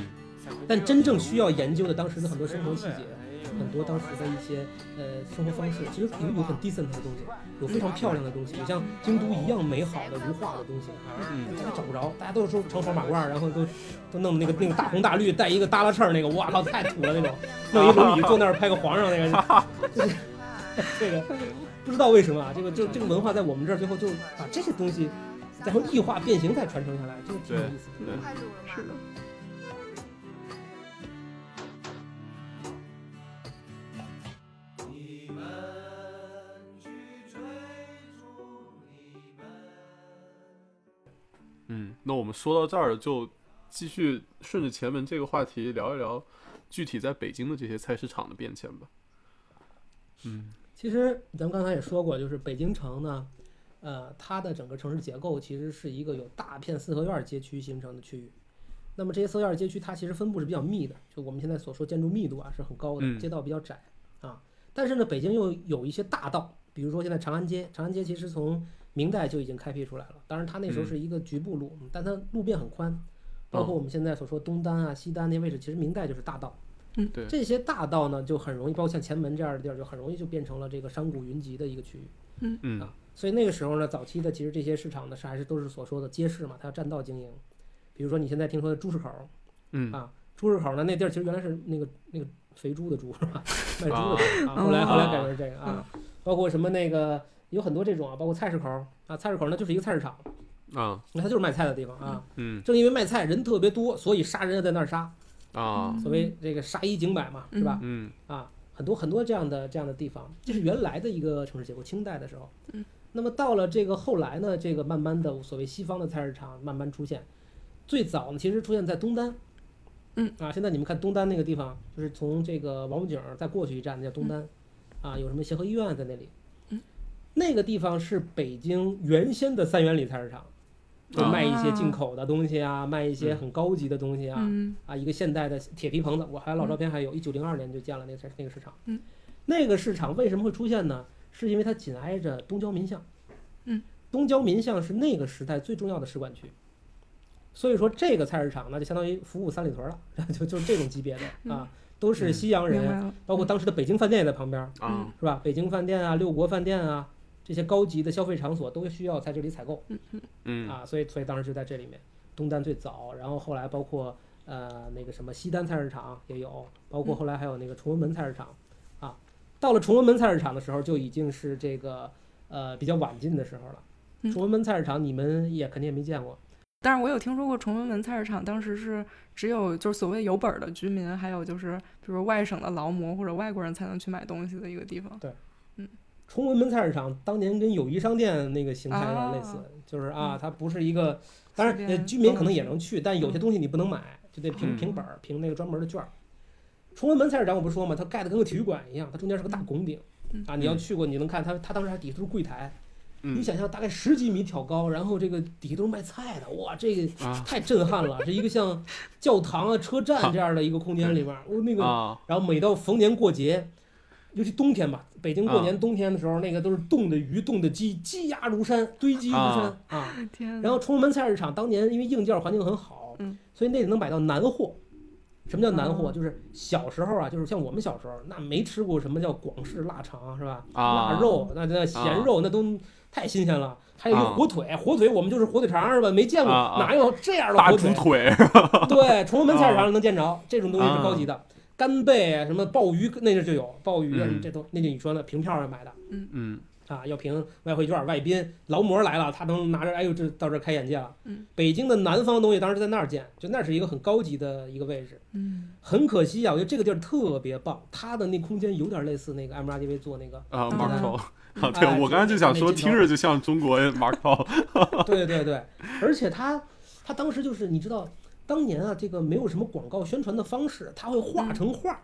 但真正需要研究的，当时的很多生活细节，很多当时的一些呃生活方式，其实有有很 decent 的东西，有非常漂亮的东西，有像京都一样美好的如画的东西。嗯大家找不着，大家都是说乘黄马褂，然后都都弄那个那个大红大绿，带一个耷拉翅儿那个，哇靠，太土了 那种，弄一轮椅坐那儿拍个皇上那个，就是这个不知道为什么啊，这个就这个文化在我们这儿最后就把这些东西，然后异化变形再传承下来，这个挺有意思的。对是的。嗯，那我们说到这儿就继续顺着前文这个话题聊一聊具体在北京的这些菜市场的变迁吧。嗯其实咱们刚才也说过，就是北京城呢，呃，它的整个城市结构其实是一个有大片四合院儿街区形成的区域。那么这些四合院儿街区，它其实分布是比较密的，就我们现在所说建筑密度啊是很高的，嗯街道比较窄啊。但是呢，北京又有一些大道，比如说现在长安街，长安街其实从明代就已经开辟出来了，当然它那时候嗯是一个局部路，但它路面很宽，包括我们现在所说东单啊、西单那些位置，其实明代就是大道。对这些大道呢，就很容易，包括像前门这样的地儿，就很容易就变成了这个山谷云集的一个区域。嗯啊，所以那个时候呢，早期的其实这些市场呢是还是都是所说的街市嘛，它要占道经营。比如说你现在听说的猪市口，嗯啊，猪市口呢那地儿其实原来是那个那个肥猪的猪是吧？卖猪的啊地儿啊，后来后来改成这个啊，包括什么那个有很多这种啊，包括菜市口啊，菜市口呢就是一个菜市场，啊它就是卖菜的地方啊。嗯正因为卖菜人特别多，所以杀人要在那儿杀，啊所谓这个杀一儆百嘛，是吧？嗯啊，很多很多这样的这样的地方，这是原来的一个城市结构，清代的时候。嗯，那么到了这个后来呢，这个慢慢的所谓西方的菜市场慢慢出现，最早呢其实出现在东单。嗯啊，现在你们看东单那个地方，就是从这个王府井再过去一站叫东单，啊，有什么协和医院在那里。嗯那个地方是北京原先的三元里菜市场，就啊卖一些进哦啊口的东西啊，卖一些嗯很高级的东西啊，嗯啊，一个现代的铁皮棚子，我还有老照片，还有一九零二年就建了那个市那个市场。嗯，那个市场为什么会出现呢？是因为它紧挨着东交民巷。嗯，东交民巷是那个时代最重要的使馆区，所以说这个菜市场呢，就相当于服务三里屯了， 就就是这种级别的啊，都是嗯西洋明白嗯人，了。包括当时的北京饭店也在旁边儿，啊是吧？北京饭店啊，六国饭店啊，这些高级的消费场所都需要在这里采购。嗯啊，所以所以当时就在这里面，东单最早，然后后来包括呃那个什么西单菜市场也有，包括后来还有那个崇文门菜市场，啊，到了崇文门菜市场的时候就已经是这个呃比较晚近的时候了。嗯崇文门菜市场你们也肯定也没见过，但是我有听说过崇文门菜市场，当时是只有就是所谓有本儿的居民，还有就是比如外省的劳模或者外国人才能去买东西的一个地方。崇文门菜市场当年跟友谊商店那个形态有点类似，啊就是啊嗯，它不是一个，当然随呃便居民可都能能也去能去，但嗯有些东西你不能买，就得凭嗯凭本儿，凭那个专门的券儿。崇文门菜市场我不是说嘛，它盖的跟个体育馆一样，它中间是个大拱顶嗯啊，你要嗯去过你能看它，它当时还底下都是柜台，你嗯想象大概十几米挑高，然后这个底下都是卖菜的，哇，这个啊太震撼了，是一个像教堂啊、车站这样的一个空间里面，我那个啊，然后每到逢年过节，尤其冬天吧，北京过啊年冬天的时候，那个都是冻的鱼、冻的鸡，鸡鸭如山，堆积如山啊啊。天然后崇文门菜市场当年因为硬件环境很好，嗯所以那里能买到南货。什么叫南货？哦就是小时候啊，就是像我们小时候，那没吃过什么叫广式腊肠是吧？啊腊肉那那咸肉那都太新鲜了。还有一个啊火腿，火腿我们就是火腿肠是吧？没见过，啊啊哪有这样的大火猪腿？ 腿，对，崇文门菜市场能见着这种东西是高级的，干贝啊，什么鲍鱼那阵就有鲍鱼啊，嗯这都那就你说的凭票上买的嗯啊，要凭外汇券、外宾、劳模来了，他能拿着，哎呦，这到这儿开眼界了。嗯北京的南方东西当时在那儿见，就那是一个很高级的一个位置。嗯，很可惜啊，我觉得这个地儿特别棒，它的那空间有点类似那个 MRDV 做那个，啊嗯，Marco 啊，嗯对哎我刚才就想说，那镜头听着就像中国 Marco 对对对，而且它它当时就是你知道。当年啊，这个没有什么广告宣传的方式，它会画成画，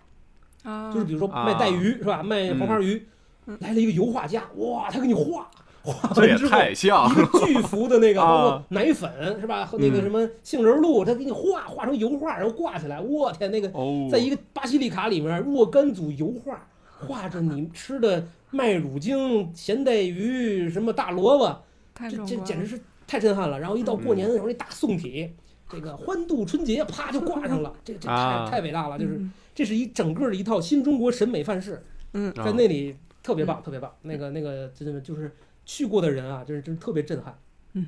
啊，就是比如说卖带鱼、是吧？卖黄花鱼，嗯来了一个油画家，哇，他给你画，画这完也之后太像一个巨幅的那个，啊包括奶粉是吧？和那个嗯什么杏仁露，他给你画画成油画，然后挂起来，我天，那个哦，在一个巴西利卡里面，若干组油画，画着你吃的麦乳精、咸带鱼、什么大萝卜，太这壮这观简了直是太震撼了。然后一到嗯过年的时候，那大宋体。这个欢度春节，啪就挂上了，这这太啊太伟大了，就是嗯这是一整个的一套新中国审美范式，嗯啊嗯在那里特别棒，特别棒。那个那个真的就是去过的人啊，真是真是特别震撼。嗯，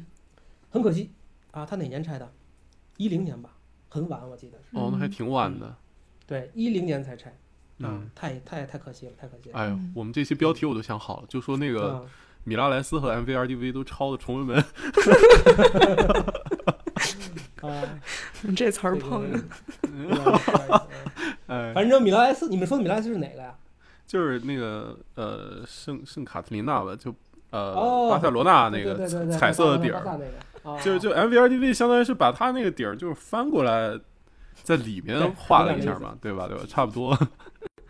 很可惜啊，他哪年拆的？一零年吧，很晚，我记得是。哦，那还挺晚的，对，一零年才拆啊嗯，，太太太可惜了，太可惜了。哎呦嗯，我们这期标题我都想好了，就说那个 啊，米拉莱斯和 MVRDV 都抄的崇文门，啊，嗯这词这儿个碰 的，有点意思有点意思哎，反正米拉莱斯，你们说的米拉莱斯是哪个呀？就是那个呃圣圣卡特琳娜吧，就哦呃巴塞罗那那对对对个对对彩色的底巴萨儿，那个，啊就是就 MVRDV 相当于是把它那个底儿就是翻过来。在里对面画有了点一意下思嘛，对吧？对吧？差不多。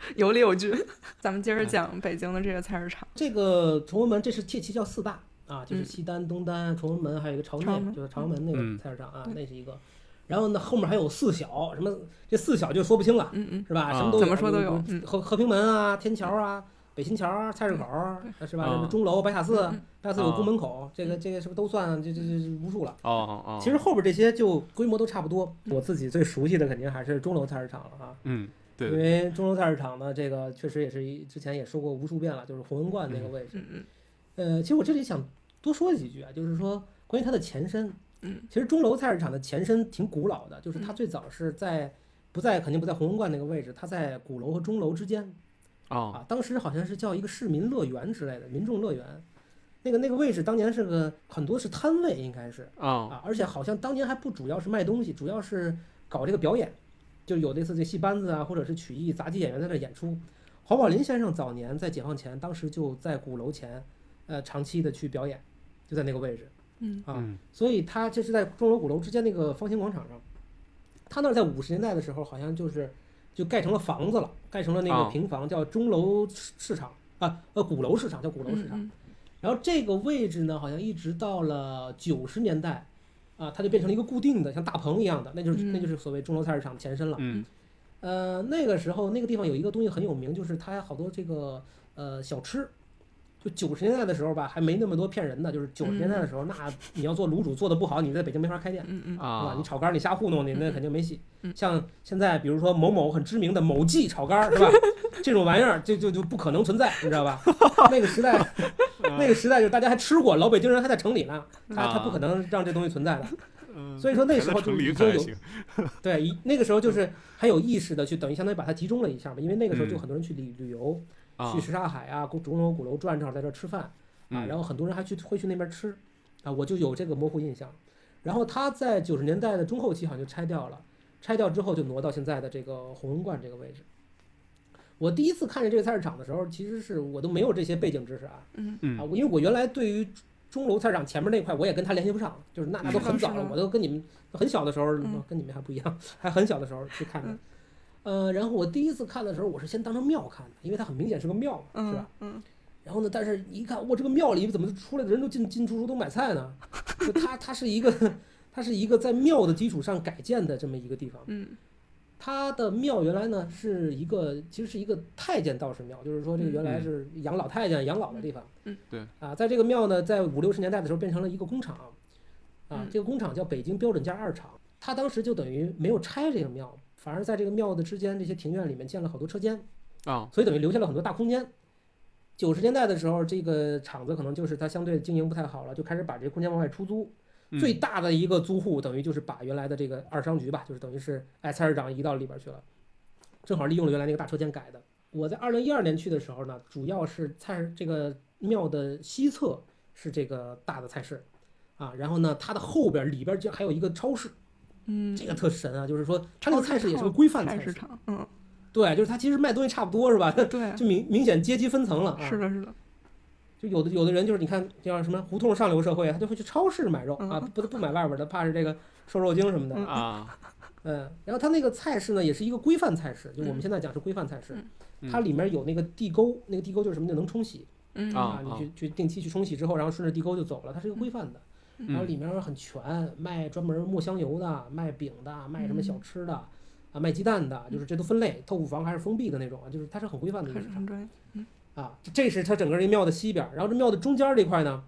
有理 有据。咱们接哎着讲北京的这个菜市场，这个崇文门，这是这期叫四大啊，就是西单、东单、崇文门，还有一个朝嗯朝内阳，门就是朝阳门那个嗯菜市场啊，对那是一个。然后呢，后面还有四小，什么这四小就说不清了，嗯嗯，是吧？啊什么都有怎么说都有比如嗯和和平门啊、天桥啊、北新桥啊、菜市口啊，是吧？啊钟楼、白塔寺嗯嗯、白塔寺有啊宫门口，这个这个是不是都算？这这这无数了。哦哦哦，其实后边这些就规模都差不多。嗯我自己最熟悉的肯定还是钟楼菜市场了啊。嗯，对因，为钟楼菜市场呢，这个确实也是一之前也说过无数遍了，就是红文观那个位置。嗯嗯呃，其实我这里想多说几句啊，就是说关于它的前身，嗯，其实钟楼菜市场的前身挺古老的，就是它嗯最早是在不在肯定不在红文观那个位置，它在鼓楼和钟楼之间哦啊，当时好像是叫一个市民乐园之类的民众乐园，那个那个位置当年是个很多是摊位应该是哦啊，而且好像当年还不主要是卖东西，主要是搞这个表演，就有类似这戏班子啊，或者是曲艺杂技演员在这演出。黄宝林先生早年在解放前，当时就在鼓楼前，呃，长期的去表演，就在那个位置。嗯啊嗯所以他这是在钟楼鼓楼之间那个方形广场上，他那儿在五十年代的时候好像就是就盖成了房子了，盖成了那个啊平房，叫钟楼市市场啊，呃，鼓楼市场叫鼓楼市嗯场。嗯，然后这个位置呢，好像一直到了九十年代，啊，它就变成了一个固定的，像大棚一样的，那就是、嗯那就是所谓钟楼菜市场的前身了。嗯呃，那个时候那个地方有一个东西很有名，就是它好多这个呃小吃。就九十年代的时候吧，还没那么多骗人的，就是九十年代的时嗯候，那你要做卤煮做的不好，你在北京没法开店。嗯嗯是吧啊？你炒肝儿你瞎糊弄你，那肯定没戏嗯。像现在比如说某某很知名的某记炒肝儿是吧？这种玩意儿就就就不可能存在，你知道吧？那个时代， 那个时代就是大家还吃过，老北京人还在城里呢，他他不可能让这东西存在的。啊嗯所以说那时候还在就城已里经还有行对，一那个时候就是很有意识的去等于相当于把它集中了一下嘛，因为那个时候就嗯很多人去旅旅游，啊去什刹海啊、古钟楼、鼓楼转转，在这儿吃饭。啊，嗯然后很多人还去会去那边吃啊，我就有这个模糊印象。然后它在九十年代的中后期好像就拆掉了，拆掉之后就挪到现在的这个红文观这个位置。我第一次看见这个菜市场的时候，其实是我都没有这些背景知识啊，嗯嗯啊，我因为我原来对于钟楼菜市场前面那块，我也跟他联系不上，就是那那都嗯是的很早是了的，我都跟你们很小的时候嗯，跟你们还不一样，还很小的时候去看的嗯。呃，然后我第一次看的时候，我是先当成庙看的，因为它很明显是个庙嘛，是嗯吧？嗯，然后呢，但是一看，我这个庙里怎么出来的人都进进出出都买菜呢？就它它是一个 它是一个在庙的基础上改建的这么一个地方。嗯它的庙原来呢是一个，其实是一个太监道士庙，就是说这个原来嗯是养老太监养老的地方。嗯，对。啊，在这个庙呢，在五六十年代的时候变成了一个工厂，啊嗯，这个工厂叫北京标准件二厂。它当时就等于没有拆这个庙，反而在这个庙的之间这些庭院里面建了好多车间，啊，所以等于留下了很多大空间。九十年代的时候，这个厂子可能就是它相对经营不太好了，就开始把这个空间往外出租。嗯最大的一个租户等于就是把原来的这个二商局吧，就是等于是哎菜市场移到里边去了，正好利用了原来那个大车间改的。我在二零一二年去的时候呢，主要是菜市这个庙的西侧是这个大的菜市，啊，然后呢它的后边里边就还有一个超市，嗯这，个特神啊，就是说它那个菜市也是个超规范哦菜菜市市，场，嗯，对，就是它其实卖东西差不多是吧？对， 就明明显阶级分层了啊，是的，是的，就有的有的人就是你看叫什么胡同上流社会啊，他就会去超市买肉啊，嗯不不买外边的，怕是这个瘦肉精什么的。嗯啊，嗯，然后它那个菜式呢，也是一个规范菜式，就我们嗯现在讲是规范菜式，嗯它里面有那个地沟，那个地沟就是什么就能冲洗嗯啊你去去定期去冲洗之后，然后顺着地沟就走了，它是一个规范的。嗯然后里面很全，卖专门磨香油的，卖饼的，卖什么小嗯吃的，啊，卖鸡蛋的，就是这都分类。豆腐坊还是封闭的那种啊，就是它是很规范的一个市很场很专业，啊。这这是它整个这庙的西边儿，然后这庙的中间儿这块呢，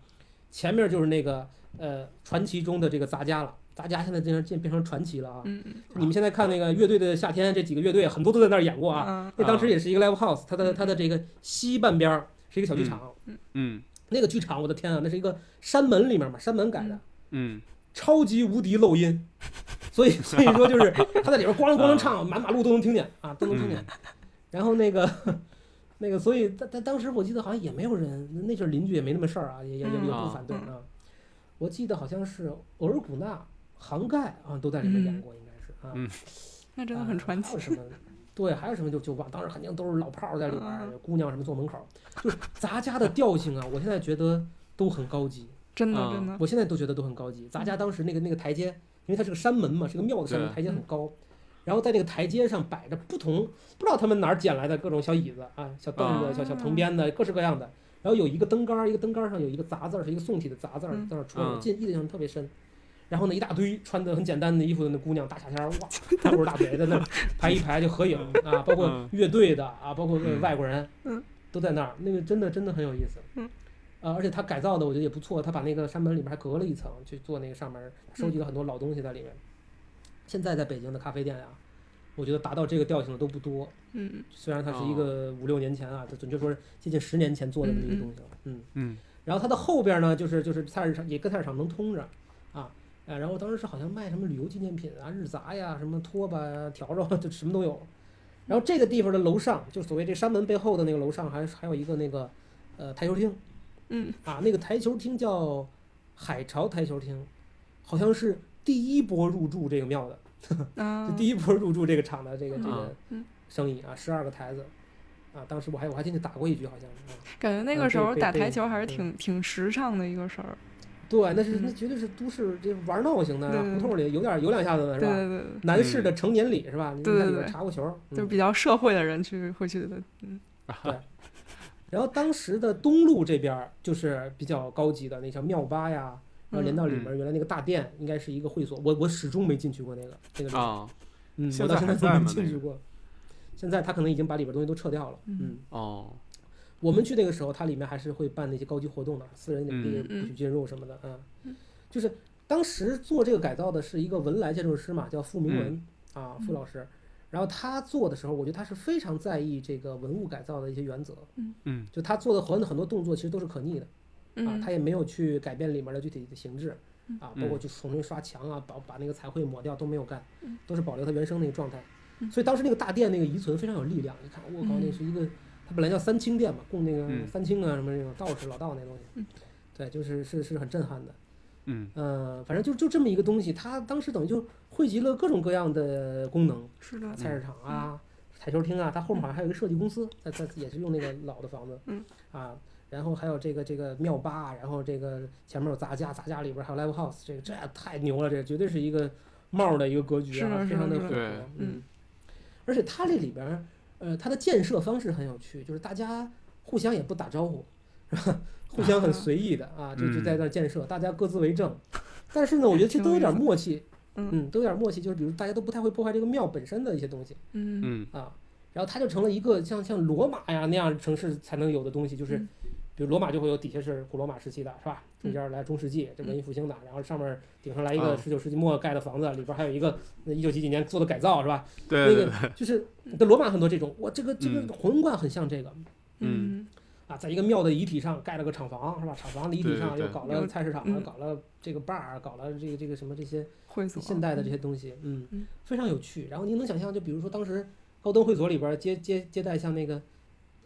前面就是那个呃传奇中的这个杂家了，杂家现在变成变变成传奇了啊。嗯嗯你们现在看那个乐队的夏天，这几个乐队很多都在那儿演过啊。啊，那当时也是一个 live house，它的它的这个西半边儿是一个小剧场，嗯那个剧场我的天啊，那是一个山门里面嘛，山门改的嗯，嗯超级无敌漏音， 所以所以说就是他在里边啊咣啷咣啷唱，满马路都能听见啊，都能嗯听见。然后那个那个，所以他他当时我记得好像也没有人，那阵儿邻居也没那么事儿啊，也也也也嗯不反对啊。我记得好像是额尔古纳、杭盖啊都在里面演过，应该是啊。那嗯真的很传还有奇什，么？对，还有什么就就忘，当时肯定都是老炮儿在里边嗯儿，姑娘什么坐门口儿，就是咱家的调性啊，我现在觉得都很高级，真的啊真的，我现在都觉得都很高级。咱家嗯当时那个那个台阶，因为它是个山门嘛，是个庙的山门，对台阶很高，然后在那个台阶上摆着不同，不知道他们哪儿捡来的各种小椅子啊、小凳子、啊小小藤编的，各式各样的。然后有一个灯杆儿，一个灯杆儿上有一个杂字儿，是一个宋体的杂字儿，嗯在那儿戳，我嗯记印象特别深。然后呢，一大堆穿的很简单的衣服的那姑娘，大夏天儿，哇，大腿大腿在那儿排一排就合影啊，包括嗯乐队的啊，包括呃嗯外国人，嗯，都在那儿，那个真的真的很有意思，嗯，啊，而且他改造的我觉得也不错，他把那个山门里面还隔了一层去做那个上面，收集了很多老东西在里面。现在在北京的咖啡店啊，我觉得达到这个调性的都不多，嗯虽然它是一个五六年前啊，它准确说是接近十年前做的这么一个东西了，嗯。嗯然后它的后边呢，就是就是菜市场也跟菜市场能通着，啊，呃，然后当时是好像卖什么旅游纪念品啊、日杂呀、什么拖把呀、笤帚，啊就什么都有。然后这个地方的楼上，就所谓这山门背后的那个楼上还，还有一个那个呃台球厅嗯啊，那个台球厅叫海潮台球厅，好像是第一波入驻这个庙的。啊就，第一波入驻这个厂的这个这个嗯生意啊，十二个台子啊，当时我还我还进去打过一局，好像是。啊感觉那嗯个时被候被打被台球还是嗯挺挺时尚的一个事儿，对，那是嗯那绝对是都市这玩闹型的，对对胡同里有点有两下子的对是吧？对对对。男士嗯的成年礼是吧？你在对对里边对查过球，嗯就是比较社会的人去会去的，嗯然后当时的东路这边儿就是比较高级的，那叫庙吧呀，然后连到嗯里面原来那个大殿，应该是一个会所，我我始终没进去过那个那个地方啊嗯，我现到在现还在在都没吗进那去个过。现在他可能已经把里边东西都撤掉了，嗯嗯。哦我们去那个时候，它里面还是会办那些高级活动的，私人领地嗯不许进入什么的啊。嗯就是当时做这个改造的是一个文莱建筑师嘛，叫傅明文、啊，傅老师。然后他做的时候，我觉得他是非常在意这个文物改造的一些原则，嗯就他做的很很多动作其实都是可逆的啊，嗯他也没有去改变里面的具体的形制啊，包括嗯去重新刷墙啊，把把那个彩绘抹掉都没有干嗯，都是保留它原生那个状态。嗯所以当时那个大殿那个遗存非常有力量，你看我靠，那嗯是一个它本来叫三清殿嘛，供那个嗯三清啊什么这种道士老道那东西。嗯对，就是是是很震撼的。嗯呃，反正就就这么一个东西，它当时等于就汇集了各种各样的功能，是的，菜市场嗯啊、台球厅啊，它后面好像还有一个设计公司，它它也是用那个老的房子，嗯啊，然后还有这个这个庙吧，然后这个前面有杂架，杂架里边还有 live house，这个这太牛了，这绝对是一个帽儿的一个格局是啊，的非常的是复的古是的，嗯，而且它这里边儿，呃，它的建设方式很有趣，就是大家互相也不打招呼，是吧？ 互相很啊随意的啊，就就嗯在那儿建设，大家各自为政。但是呢，我觉得这挺都有有意点思的默契，嗯嗯，都有点默契，就是比如大家都不太会破坏这个庙本身的一些东西嗯嗯嗯啊，然后它就成了一个像像罗马呀那样城市才能有的东西，就是嗯比如罗马就会有底下是古罗马时期的，是吧？中嗯哦间儿来中世纪这文艺复兴的，然后上面儿顶上来一啊个十九世纪末盖的房子，里边儿还有一个呃一九几几年做的改造，是吧？对那对个对，就是跟罗马很多这种，我这个这个嗯皇冠很像这个嗯啊，在一个庙的遗体上盖了个厂房是吧？厂房的遗体对上对又对搞了有菜市场，嗯搞了这个 bar，搞了这个这个什么这些会所现代的这些东西，嗯嗯，非常有趣。然后您能想象，就比如说当时高登会所里边接接接待像那个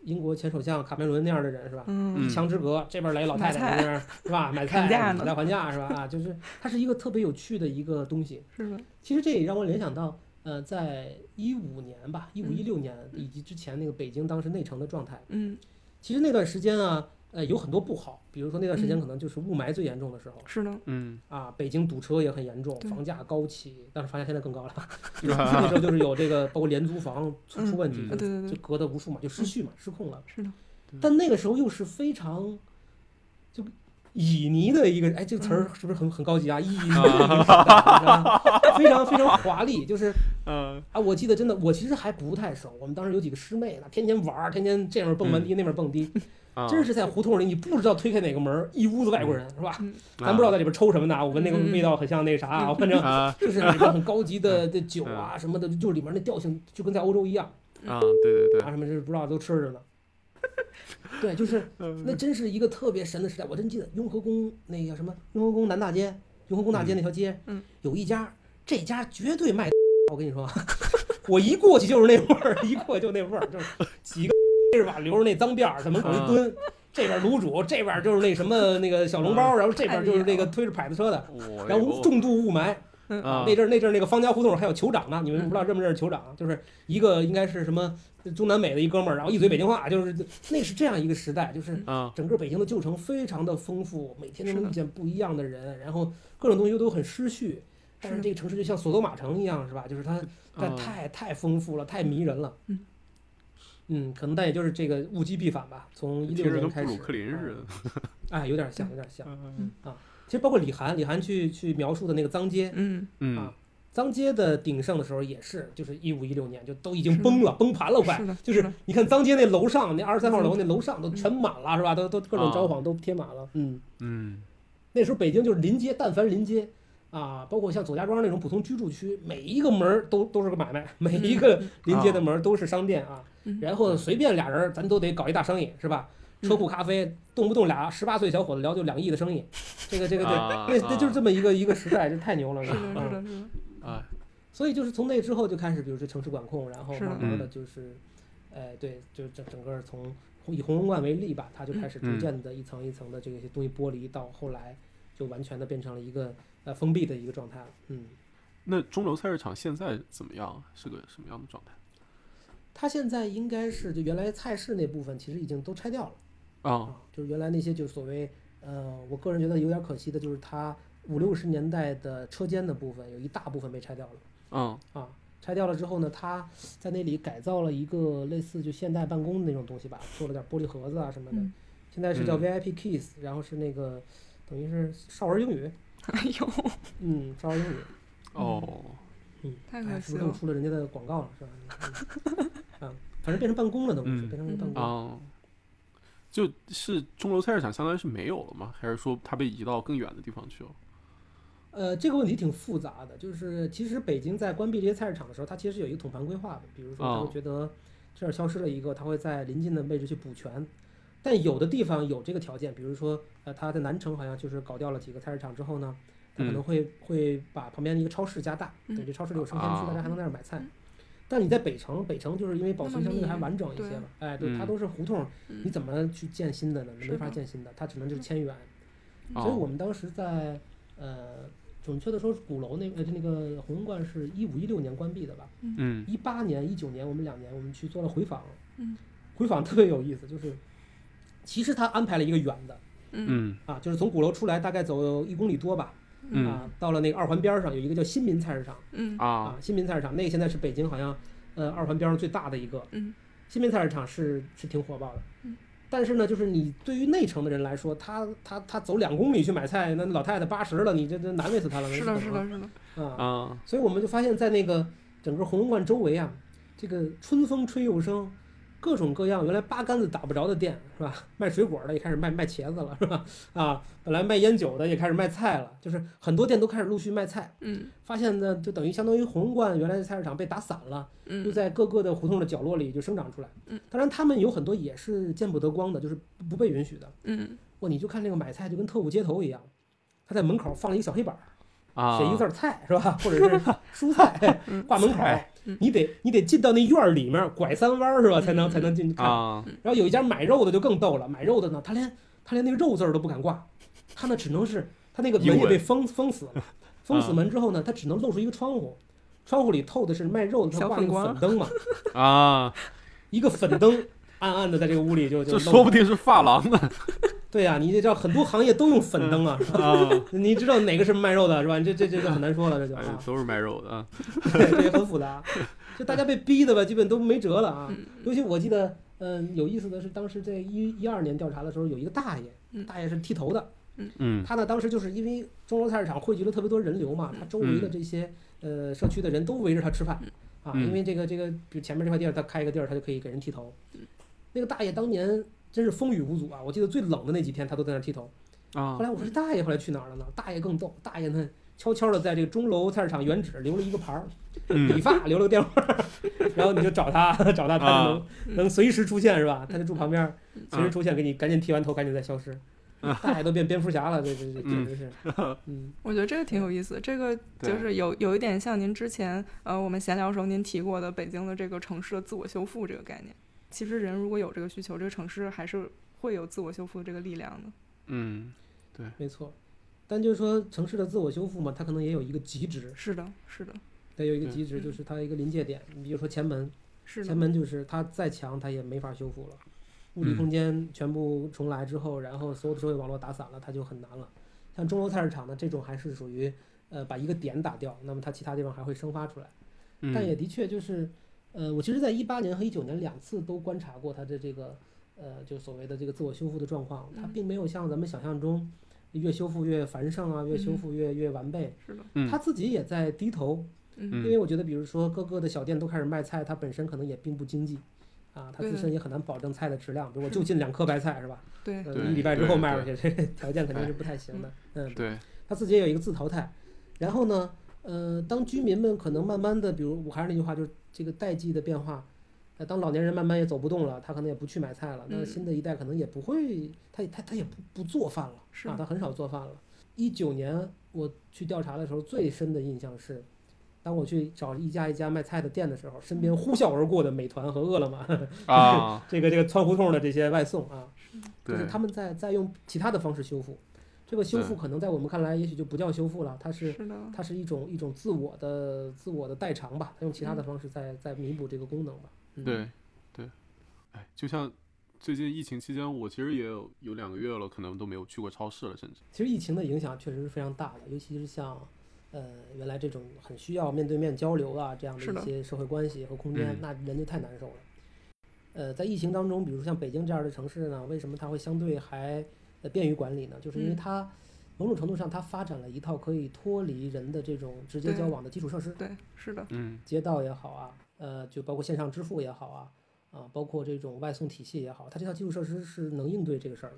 英国前首相卡梅伦那样的人是吧？嗯嗯墙之隔，这边来老太太买菜那边是吧？ 买菜砍价呢讨价还价是吧？啊，就是它是一个特别有趣的一个东西。是的其实这也让我联想到，呃，在一五年吧，一五一六年以及之前那个北京当时内城的状态。嗯其实那段时间啊，呃，有很多不好，比如说那段时间嗯可能就是雾霾最严重的时候是的嗯，啊，北京堵车也很严重，对房价高起，但是房价现在更高 了。那时候就是有这个包括廉租房出出问题嗯啊，对，对嗯就对隔得无数嘛，就失序嘛，失控了。是的但那个时候又是非常就旖旎的一个，哎，这个词儿嗯是不是很很高级啊？旖旎的一个时代，是吧非常非常华丽，就是嗯啊，我记得真的，我其实还不太熟。我们当时有几个师妹呢，天天玩儿，天天这面蹦完迪，那面蹦迪，嗯啊，真是在胡同里，你不知道推开哪个门儿，一屋子外国人，是吧？嗯咱不知道在里边抽什么呢，我闻那个味道很像那个啥啊，反 正啊就是里边很高级的的酒啊什么的，就是里面那调性就跟在欧洲一样啊，对对啊，对，什么就是不知道都吃着呢。对，就是那真是一个特别神的时代，我真记得雍和宫那叫什么雍和宫南大街、雍和宫大街那条街，嗯嗯有一家，这家绝对卖，我跟你说， 我一过去就是那味儿，一过去就那味儿，就是几个是吧，留着那脏辫儿在门口一蹲，这边卤煮，这边就是那什么那个小笼包，然后这边就是那个推着牌子车的，我然后重度雾霾，啊那阵儿那阵儿那个方家胡同还有酋长呢，你们不嗯知道认不认识酋长？啊就是一个应该是什么中南美的一哥们儿，然后一嘴北京话，就是那是这样一个时代，就是啊整个北京的旧城非常的丰富，每天都是能的遇见不一样的人，然后各种东西又都很失序。但是是的这个城市就像索多玛城一样，是吧？就是它，它啊太太丰富了，太迷人了。嗯嗯可能但也就是这个物极必反吧。从一听六着年跟开布始，鲁克林似的，哎，有点像，有点像。嗯其实包括李涵，李涵去去描述的那个脏街，嗯嗯脏街的鼎盛的时候也是，就是一五一六年就都已经是的崩了，崩盘了快是的。就是是的嗯你看脏街那楼上那二十三号楼那楼上都全满了，是吧？都都各种啊招幌都贴满了。嗯，嗯那时候北京就是临街，但凡临街啊，包括像左家庄那种普通居住区，每一个门儿都都是个买卖，每一个 临街的门儿都是商店啊。嗯然后随便俩人儿，咱都得搞一大生意，是吧？嗯车库咖啡，动不动俩十八岁小伙子聊就两亿的生意，这个这个对，啊那那就是这么一个一个时代，这太牛了。是的嗯是的是的啊所以就是从那之后就开始，比如说城市管控，然后是的嗯慢慢的就是，哎，对，就是整整个从以红龙观为例吧，它就开始逐嗯渐的一层一层的这个些东西剥离，到后来就完全的变成了一个呃封闭的一个状态了。嗯，那钟楼菜市场现在怎么啊样？是个什么样的状态？它现在应该是就原来菜市那部分其实已经都拆掉了啊啊，哦就是原来那些就是所谓呃，我个人觉得有点可惜的就是它五六十年代的车间的部分有一大部分被拆掉了。嗯啊，拆掉了之后呢，他在那里改造了一个类似就现代办公的那种东西吧，做了点玻璃盒子啊什么的。嗯现在是叫嗯 VIP Kiss，、然后是那个等于是少儿英语，哎呦嗯，少儿英语，哦嗯，太哎可是不惜是弄了出了人家的广告了是吧？ 嗯啊，反正变成办公了都，嗯变成一个办公。啊，就是钟楼菜市场相当于是没有了吗？还是说它被移到更远的地方去了？呃，这个问题挺复杂的，就是其实北京在关闭这些菜市场的时候，它其实有一个统盘规划的，比如说它哦会觉得这儿消失了一个，它会在临近的位置去补全。但有的地方有这个条件，比如说呃，它在南城好像就是搞掉了几个菜市场之后呢，嗯它可能会会把旁边一个超市加大，嗯对，这超市里有生鲜区，啊大家还能在那儿买菜。但你在北城，北城就是因为保存相对还完整一那么些密嘛，哎，对，它嗯都是胡同，你嗯怎么去建新的呢？是没法的嗯建新的，它只能就是迁远。嗯所以哦我们当时在呃，准确的说，鼓楼那呃那个红龙观是一五一六年关闭的吧？嗯一八年、一九年，我们两年我们去做了回访，嗯， 回访特别有意思，就是其实他安排了一个远的嗯嗯啊，就是从鼓楼出来大概走一公里多吧，嗯啊，到了那个二环边儿上有一个叫新民菜市场嗯啊啊，新民菜市场那个现在是北京好像呃二环边上最大的一个，嗯，新民菜市场是是挺火爆的嗯。但是呢，就是你对于内城的人来说，他他他走两公里去买菜，那老太太八十了，你这这难为死她了。是的，嗯是的，是的，的啊，啊所以我们就发现，在那个整个红龙观周围啊，这个春风吹又生，各种各样原来八竿子打不着的店是吧？卖水果的也开始卖卖茄子了是吧？啊，本来卖烟酒的也开始卖菜了，就是很多店都开始陆续卖菜。嗯发现呢，就等于相当于红龙观原来的菜市场被打散了，嗯，就在各个的胡同的角落里就生长出来嗯。当然，他们有很多也是见不得光的，就是不不被允许的。嗯哇，你就看那个买菜就跟特务街头一样，他在门口放了一个小黑板儿。啊，写一个字儿菜是吧？或者是蔬菜 嗯挂门口菜嗯，你得你得进到那院儿里面儿拐三弯儿是吧？才能嗯才能进去看。啊然后有一家买肉的就更逗了，买肉的呢，他连他连那个肉字儿都不敢挂，他呢只能是他那个英门也文被封封死 了，封死啊门之后呢，他只能露出一个窗户，窗户里透的是卖肉的，他小挂那粉个光粉 灯嘛，啊，一个粉灯。暗暗的在这个屋里 就就这露说不定是发廊 呢对呀、你这叫很多行业都用粉灯啊，是吧啊，你知道哪个是卖肉的是吧？你这这这就很难说了，这就哎啊。 都是卖肉的啊，对，这也很复杂，就大家被逼的吧，基本都没辙了啊。嗯尤其我记得，嗯，有意思的是，当时在一一二年调查的时候，有一个大爷，嗯大爷是剃头的，嗯他呢当时就是因为钟楼菜市场汇聚了特别多人流嘛，他周围的这些呃社区的人都围着他吃饭啊，嗯因为这个这个，比如前面这块地儿，他开一个地儿，他就可以给人剃头。嗯那个大爷当年真是风雨无阻啊，我记得最冷的那几天，他都在那儿剃头。啊后来我说这大爷后来去哪儿了呢？大爷更逗，大爷呢悄悄的在这个钟楼菜市场原址留了一个牌儿。理嗯发留了个电话， 然后你就找他，找他，他就能、啊能随时出现是吧？他就住旁边儿，随时啊出现，给你赶紧剃完头，赶紧再消失。大爷都变蝙蝠侠了，这这这简直是， 嗯，我觉得这个挺有意思，这个对就是有有一点像您之前呃我们闲聊的时候您提过的北京的这个城市的自我修复这个概念。其实人如果有这个需求，这个城市还是会有自我修复的这个力量的。嗯没错。但就是说，城市的自我修复嘛，它可能也有一个极值，是的，是的，它有一个极值，嗯就是它一个临界点。你比如说前门，是前的，门就是它再强，它也没法修复了。物理嗯空间全部重来之后，然后所有的社会网络打散了，它就很难了。像钟楼菜市场呢，这种还是属于呃把一个点打掉，那么它其他地方还会生发出来。但也嗯的确就是，呃，我其实在一八年和一九年两次都观察过它的这个，呃，就所谓的这个自我修复的状况，它嗯并没有像咱们想象中越修复越繁盛啊，越修嗯复越越完备。是的，嗯它自己也在低头，因嗯为我觉得，比如说各个的小店都开始卖菜，它本身可能也并不经济。啊，它对自的身也很难保证菜的质量，比如我是就的进两颗白菜是吧？对，哎呃对一礼拜之对后卖出去，这条件肯定是不太行的。嗯， 对他自己也有一个自淘汰。然后呢，呃，当居民们可能慢慢的，比如我还是那句话，就是这个代际的变化，呃，当老年人慢慢也走不动了，他可能也不去买菜了，那嗯新的一代可能也不会，他他他也不不做饭了，是啊，他很少做饭了。一九年我去调查的时候，最深的印象是。当我去找一家一家卖菜的店的时候，身边呼啸而过的美团和饿了么，啊这个这个窜胡同的这些外送啊，就是对他们在在用其他的方式修复。这个修对复可能在我们看来，也许就不叫修复了，它是是的，它是一种一种自我的自我的代偿吧，它用其他的方式在在弥补这个功能吧。嗯，对对，哎，就像最近疫情期间，我其实也有有两个月了，可能都没有去过超市了，甚至其实疫情的影响确实是非常大的，尤其是像呃原来这种很需要面对面交流啊这样的是的一些社会关系和空间嗯，那人就太难受了。呃，在疫情当中，比如像北京这样的城市呢，为什么它会相对还呃便于管理呢？就是因为嗯它某种程度上它发展了一套可以脱离人的这种直接对交往的基础设施，对，是的，嗯街道也好啊，呃，就包括线上支付也好啊，啊，包括这种外送体系也好，它这套基础设施是能应对这个事儿的。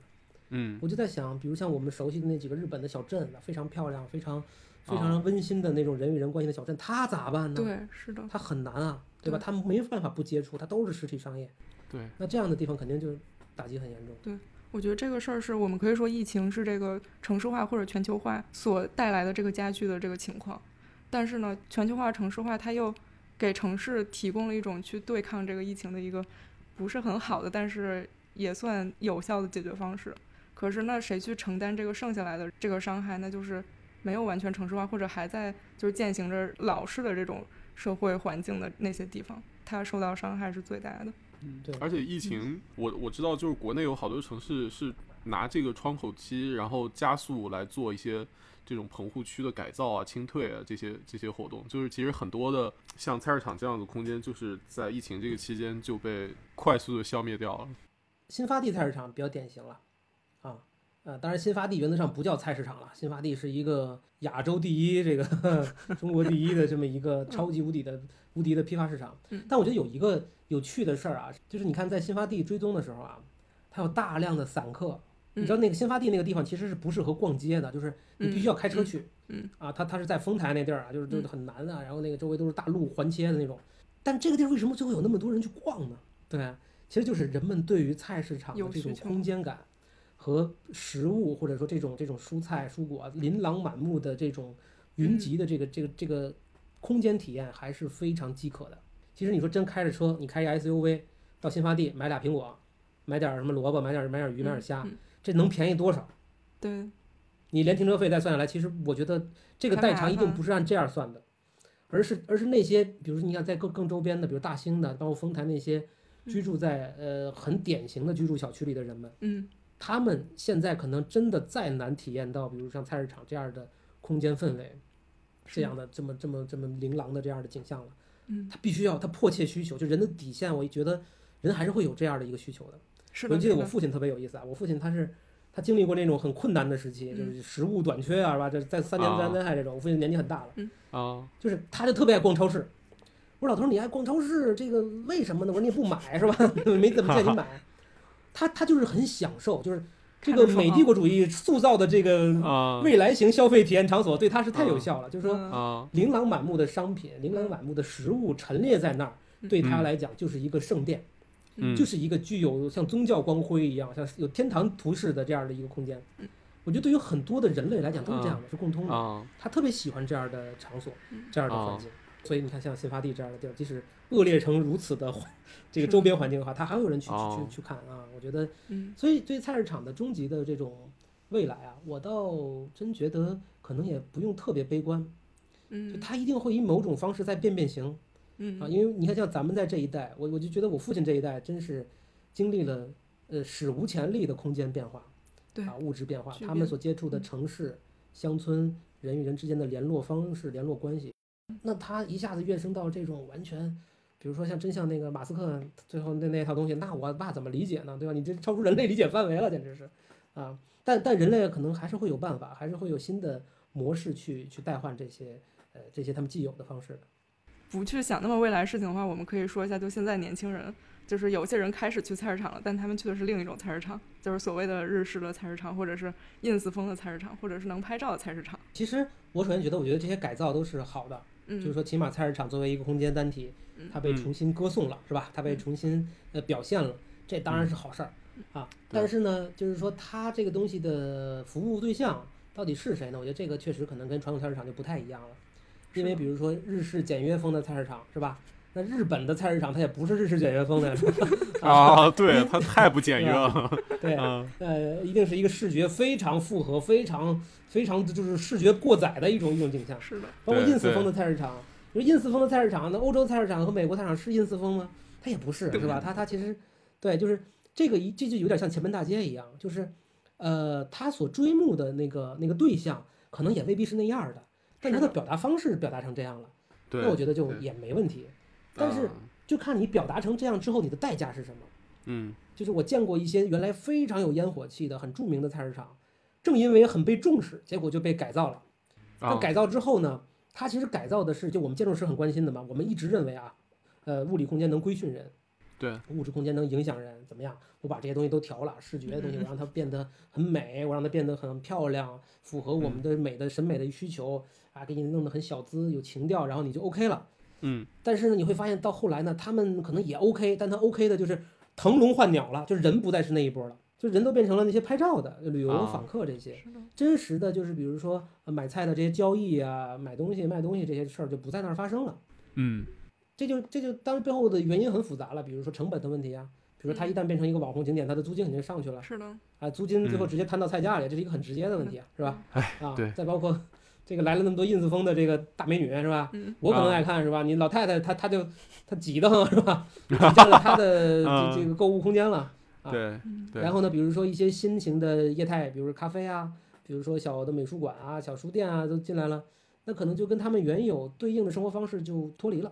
嗯我就在想，比如像我们熟悉的那几个日本的小镇，啊非常漂亮、非常非哦常温馨的那种人与人关系的小镇，它咋办呢？对，是的，它很难啊，对吧？对它没办法不接触，它都是实体商业。对那这样的地方肯定就打击很严重。我觉得这个事儿是我们可以说疫情是这个城市化或者全球化所带来的这个加剧的这个情况，但是呢，全球化、城市化它又给城市提供了一种去对抗这个疫情的一个不是很好的，但是也算有效的解决方式。可是那谁去承担这个剩下来的这个伤害？那就是没有完全城市化，或者还在就是践行着老式的这种社会环境的那些地方，它受到伤害是最大的。嗯对而且疫情，我我知道，就是国内有好多城市是拿这个窗口期，然后加速来做一些这种棚户区的改造啊、清退啊这些这些活动。就是其实很多的像菜市场这样的空间，就是在疫情这个期间就被快速的消灭掉了。新发地菜市场比较典型了，啊，呃，当然新发地原则上不叫菜市场了，新发地是一个亚洲第一，这个 中国第一的这么一个超级无敌的无敌的批发市场嗯。但我觉得有一个有趣的事儿啊，就是你看在新发地追踪的时候啊，它有大量的散客。你知道那个新发地那个地方其实是不适合逛街的，就是你必须要开车去，嗯嗯啊，它它是在丰台那地儿啊，就是就是嗯很难啊，然后那个周围都是大路环切的那种，但这个地儿为什么最后有那么多人去逛呢？对啊，其实就是人们对于菜市场的有这种需求空间感和食物，或者说这种这种蔬菜蔬果琳琅满目的这种嗯云集的这个、这个这个空间体验还是非常饥渴的。其实你说真开着车，你开一 SUV 到新发地买俩苹果，买点儿什么萝卜，买点儿买点儿鱼，买点儿虾，嗯嗯这能便宜多少？对，你连停车费再算下来，其实我觉得这个代太麻偿一定烦不是按这样算的，而是而是那些，比如说你看在更更周边的，比如大兴的，包括丰台那嗯些居住在呃很典型的居住小区里的人们，嗯他们现在可能真的再难体验到，比如像菜市场这样的空间氛围，这样的这么这么这么琳琅的这样的景象了。嗯，他必须要他迫切需求，就人的底线，我觉得人还是会有这样的一个需求的。是我的，记得是我的，父亲特别有意思啊，我父亲他是他经历过那种很困难的时期，嗯就是食物短缺啊，是吧？这在三年自然灾害这种，我父亲年纪很大了，啊，就是他就特别爱逛超市。我说老头儿，你爱逛超市，这个为什么呢？我说你也不买是吧？ 没怎么见你买。他他就是很享受，就是这看着个爽啊美帝国主义塑造的这个啊未来型消费体验场所，对他是太有效了。就是说，嗯啊，琳琅满目的商品、琳琅满目的食物陈列在那儿，嗯对他来讲就是一个圣殿。嗯，就是一个具有像宗教光辉一样，像有天堂图式的这样的一个空间嗯。我觉得对于很多的人类来讲都是这样的，是共通的。啊，他特别喜欢这样的场所嗯，这样的啊环境。所以你看，像新发地这样的地儿，即使恶劣成如此的环这个是周边环境的话，他还会有人去去哦去去看啊。我觉得，嗯所以对菜市场的终极的这种未来啊，我倒真觉得可能也不用特别悲观，就嗯它一定会以某种方式在变变形。啊，嗯因为你看，像咱们在这一代，我我就觉得我父亲这一代真是经历了呃史无前例的空间变化，对啊，物质变化，巨他变们所接触的嗯城市、乡村人与人之间的联络方式、联络关系，嗯那他一下子跃升到这种完全。比如说像真像那个马斯克最后那那套东西，那我爸怎么理解呢？对吧？你这超出人类理解范围了，简直是，啊！但但人类可能还是会有办法，还是会有新的模式去去代换这些呃这些他们既有的方式的。不去想那么未来事情的话，我们可以说一下，就现在年轻人，就是有些人开始去菜市场了，但他们去的是另一种菜市场，就是所谓的日式的菜市场，或者是 ins 风的菜市场，或者是能拍照的菜市场。其实我首先觉得，我觉得这些改造都是好的，嗯，就是说起码菜市场作为一个空间单体嗯，它被嗯重新歌颂了，是吧？它被嗯重新呃表现了，这当嗯然是好事儿啊。但对是呢，就是说它这个东西的服务对象到底是谁呢？我觉得这个确实可能跟传统菜市场就不太一样了，因为是的比如说日式简约风的菜市场，是吧？那日本的菜市场它也不是日式简约风的， 是吧啊，对，它太不简约了，对，嗯呃，一定是一个视觉非常复合、非常非常就是视觉过载的一种一种景象。是的，包括对 ins 对风的菜市场，你说 ins 风的菜市场，那欧洲菜市场和美国菜市场是 ins 风吗？它也不是，对是吧？它它其实对，就是这个一这就有点像前门大街一样，就是呃，它所追慕的那个那个对象，可能也未必是那样儿的，但它的是的表达方式表达成这样了， 对，那我觉得就对也没问题。但是啊就看你表达成这样之后，你的代价是什么。嗯，就是我见过一些原来非常有烟火气的、很著名的菜市场，正因为很被重视，结果就被改造了。啊但改造之后呢，它其实改造的是，就我们建筑师很关心的嘛，我们一直认为啊，呃，物理空间能规训人，对，物质空间能影响人，怎么样？我把这些东西都调了，视觉的东嗯西，我让它变得很美，我让它变得很漂亮，符合我们嗯的美的审美的需求啊，给你弄得很小资有情调，然后你就 OK 了。嗯但是呢，你会发现到后来呢，他们可能也 OK，但他 OK 的就是腾笼换鸟了，就是人不再是那一波了，就人都变成了那些拍照的、旅游啊访客这些。是的，真实的就是，比如说呃买菜的这些交易啊，买东西、卖东西这些事儿就不在那儿发生了。嗯这就这就当然背后的原因很复杂了，比如说成本的问题啊，比如说它一嗯旦变成一个网红景点，它的租金肯定上去了是的，啊，租金最后直接摊到菜价里，这是一个很直接的问题啊，是吧？啊嗯哎对，再包括这个来了那么多 ins 风的这个大美女是吧？嗯我可能啊爱看是吧？你老太太她她就她急得慌是吧？ 就占了她的啊这这个购物空间了。啊对嗯对然后呢，比如说一些新型的业态，比如说咖啡啊，比如说小的美术馆啊、小书店啊都进来了，那可能就跟他们原有对应的生活方式就脱离了。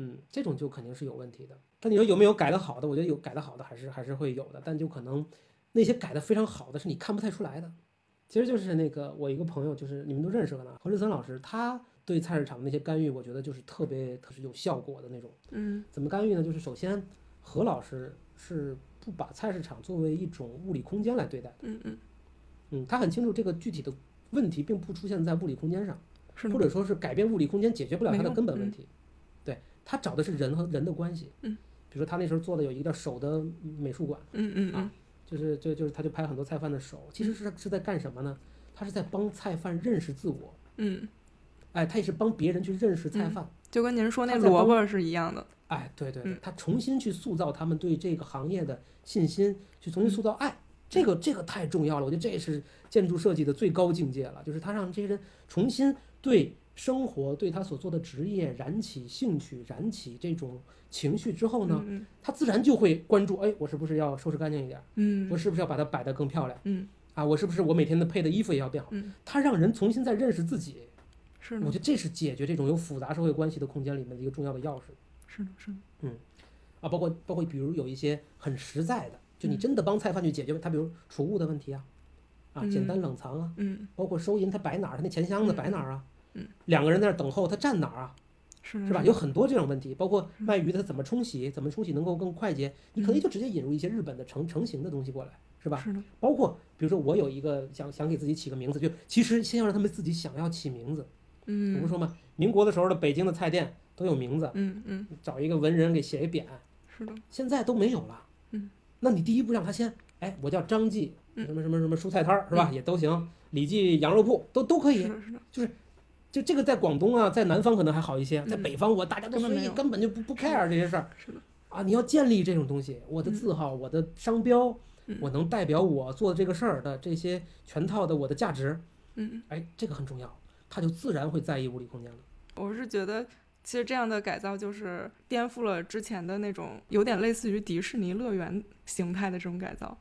嗯，这种就肯定是有问题的。但你说有没有改的好的？我觉得有改的好的还是还是会有的，但就可能那些改的非常好的是你看不太出来的。其实就是那个我一个朋友，就是你们都认识可能侯振森老师，他对菜市场的那些干预，我觉得就是特别特别有效果的那种。嗯怎么干预呢？就是首先，何老师是不把菜市场作为一种物理空间来对待的。嗯嗯，嗯，他很清楚这个具体的问题并不出现在物理空间上，是或的，者说是改变物理空间解决不了没它的用根本问嗯题。对他找的是人和人的关系。嗯，比如说他那时候做的有一个叫手的美术馆，嗯嗯啊嗯，就是就就是他就拍了很多菜贩的手，其实是是在干什么呢？他是在帮菜贩认识自我。嗯，哎，他也是帮别人去认识菜嗯贩。就跟您说那他在萝帮卜是一样的，哎，对对对嗯，他重新去塑造他们对这个行业的信心，去重新塑造嗯爱，这个这个太重要了。我觉得这是建筑设计的最高境界了，就是他让这些人重新对生活、对他所做的职业燃起兴趣，燃起这种情绪之后呢，嗯他自然就会关注，哎，我是不是要收拾干净一点儿？嗯我是不是要把它摆得更漂亮？嗯，啊，我是不是我每天的配的衣服也要变好嗯？他让人重新再认识自己，是我的觉，得这是解决这种有复杂社会关系的空间里面的一个重要的钥匙。是的，是的，啊，包括包括比如有一些很实在的，就你嗯真的帮菜贩去解决问他，比如储物的问题啊，啊，简单冷藏啊，嗯，包括收银他摆哪儿，他那钱箱子摆哪儿啊，嗯嗯两个人在那儿等候，他站哪儿啊，是的，是吧？的有很多这种问题，包括嗯卖鱼的他怎么冲洗，怎么冲洗能够更快捷，你可以就直接引入一些日本的成成型的东西过来，是吧？是的，包括比如说我有一个想想给自己起个名字，就其实先要让他们自己想要起名字，我嗯不是，说嘛，民国的时候的北京的菜店都有名字，嗯嗯，找一个文人给写一匾，是的，现在都没有了。嗯，那你第一步让他先，哎，我叫张记，嗯什么什么什么蔬菜摊儿是吧？也都行，李记羊肉铺都都可是以。的，是的，就这个在广东啊，在南方可能还好一些，在嗯北方我大家都根本随没意，有根本就不不 care 这些事儿是的，啊。你要建立这种东西，我的嗯字号、我的商标嗯，我能代表我做这个事儿的这些全套的我的价值，嗯。哎，这个很重要，他就自然会在意物理空间了。我是觉得，其实这样的改造就是颠覆了之前的那种有点类似于迪士尼乐园形态的这种改造。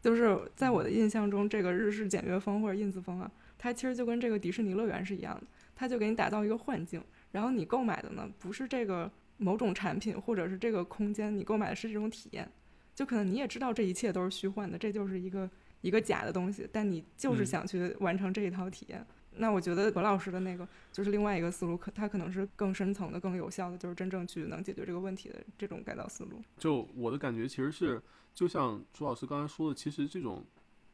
就是在我的印象中，这个日式简约风或者 ins 风啊，它其实就跟这个迪士尼乐园是一样的，它就给你打造一个幻境，然后你购买的呢不是这个某种产品或者是这个空间，你购买的是这种体验。就可能你也知道这一切都是虚幻的，这就是一个一个假的东西，但你就是嗯想去完成这一套体验。那我觉得何老师的那个就是另外一个思路，可它可能是更深层的、更有效的，就是真正去能解决这个问题的这种改造思路。就我的感觉，其实是就像朱老师刚才说的，其实这种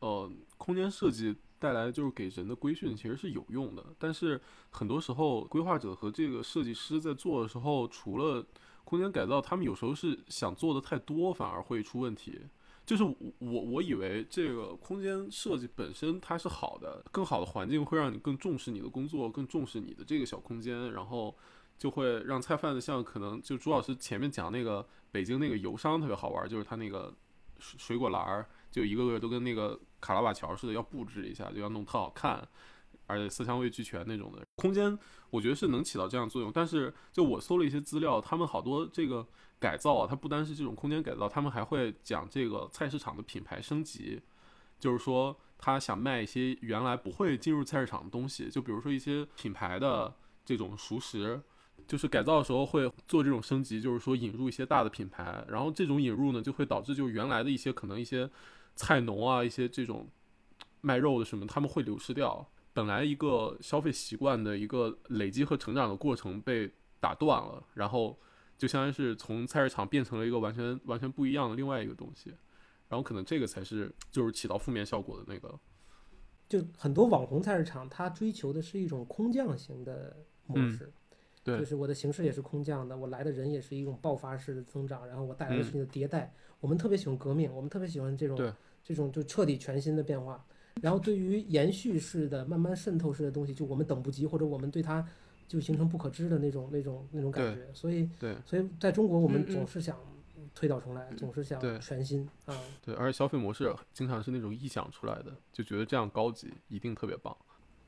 呃空间设计带来就是给人的规训，其实是有用的。但是很多时候，规划者和这个设计师在做的时候，除了空间改造，他们有时候是想做的太多，反而会出问题。就是我我我以为这个空间设计本身它是好的，更好的环境会让你更重视你的工作，更重视你的这个小空间，然后就会让菜贩子像可能就朱老师前面讲那个北京那个油商特别好玩儿，就是他那个水水果篮儿，就一个个都跟那个卡拉瓦乔似的，要布置一下，就要弄特好看，而且色香味俱全那种的。空间我觉得是能起到这样作用，但是就我搜了一些资料，他们好多这个改造啊，它不单是这种空间改造，他们还会讲这个菜市场的品牌升级，就是说他想卖一些原来不会进入菜市场的东西，就比如说一些品牌的这种熟食，就是改造的时候会做这种升级，就是说引入一些大的品牌，然后这种引入呢，就会导致就原来的一些可能一些菜农啊，一些这种卖肉的什么，他们会流失掉，本来一个消费习惯的一个累积和成长的过程被打断了，然后就相当于是从菜市场变成了一个完全完全不一样的另外一个东西，然后可能这个才是就是起到负面效果的那个，就很多网红菜市场，它追求的是一种空降型的模嗯式。对就是我的形式也是空降的，我来的人也是一种爆发式的增长，然后我带来的嗯事情的迭代。我们特别喜欢革命，我们特别喜欢这种对这种就彻底全新的变化。然后对于延续式的、慢慢渗透式的东西，就我们等不及，或者我们对它就形成不可知的那种那种那种感觉。所以对嗯所以在中国我们嗯嗯总是想推倒重来，总是想对全新啊。对，而且消费模式经常是那种臆想出来的，就觉得这样高级，一定特别棒。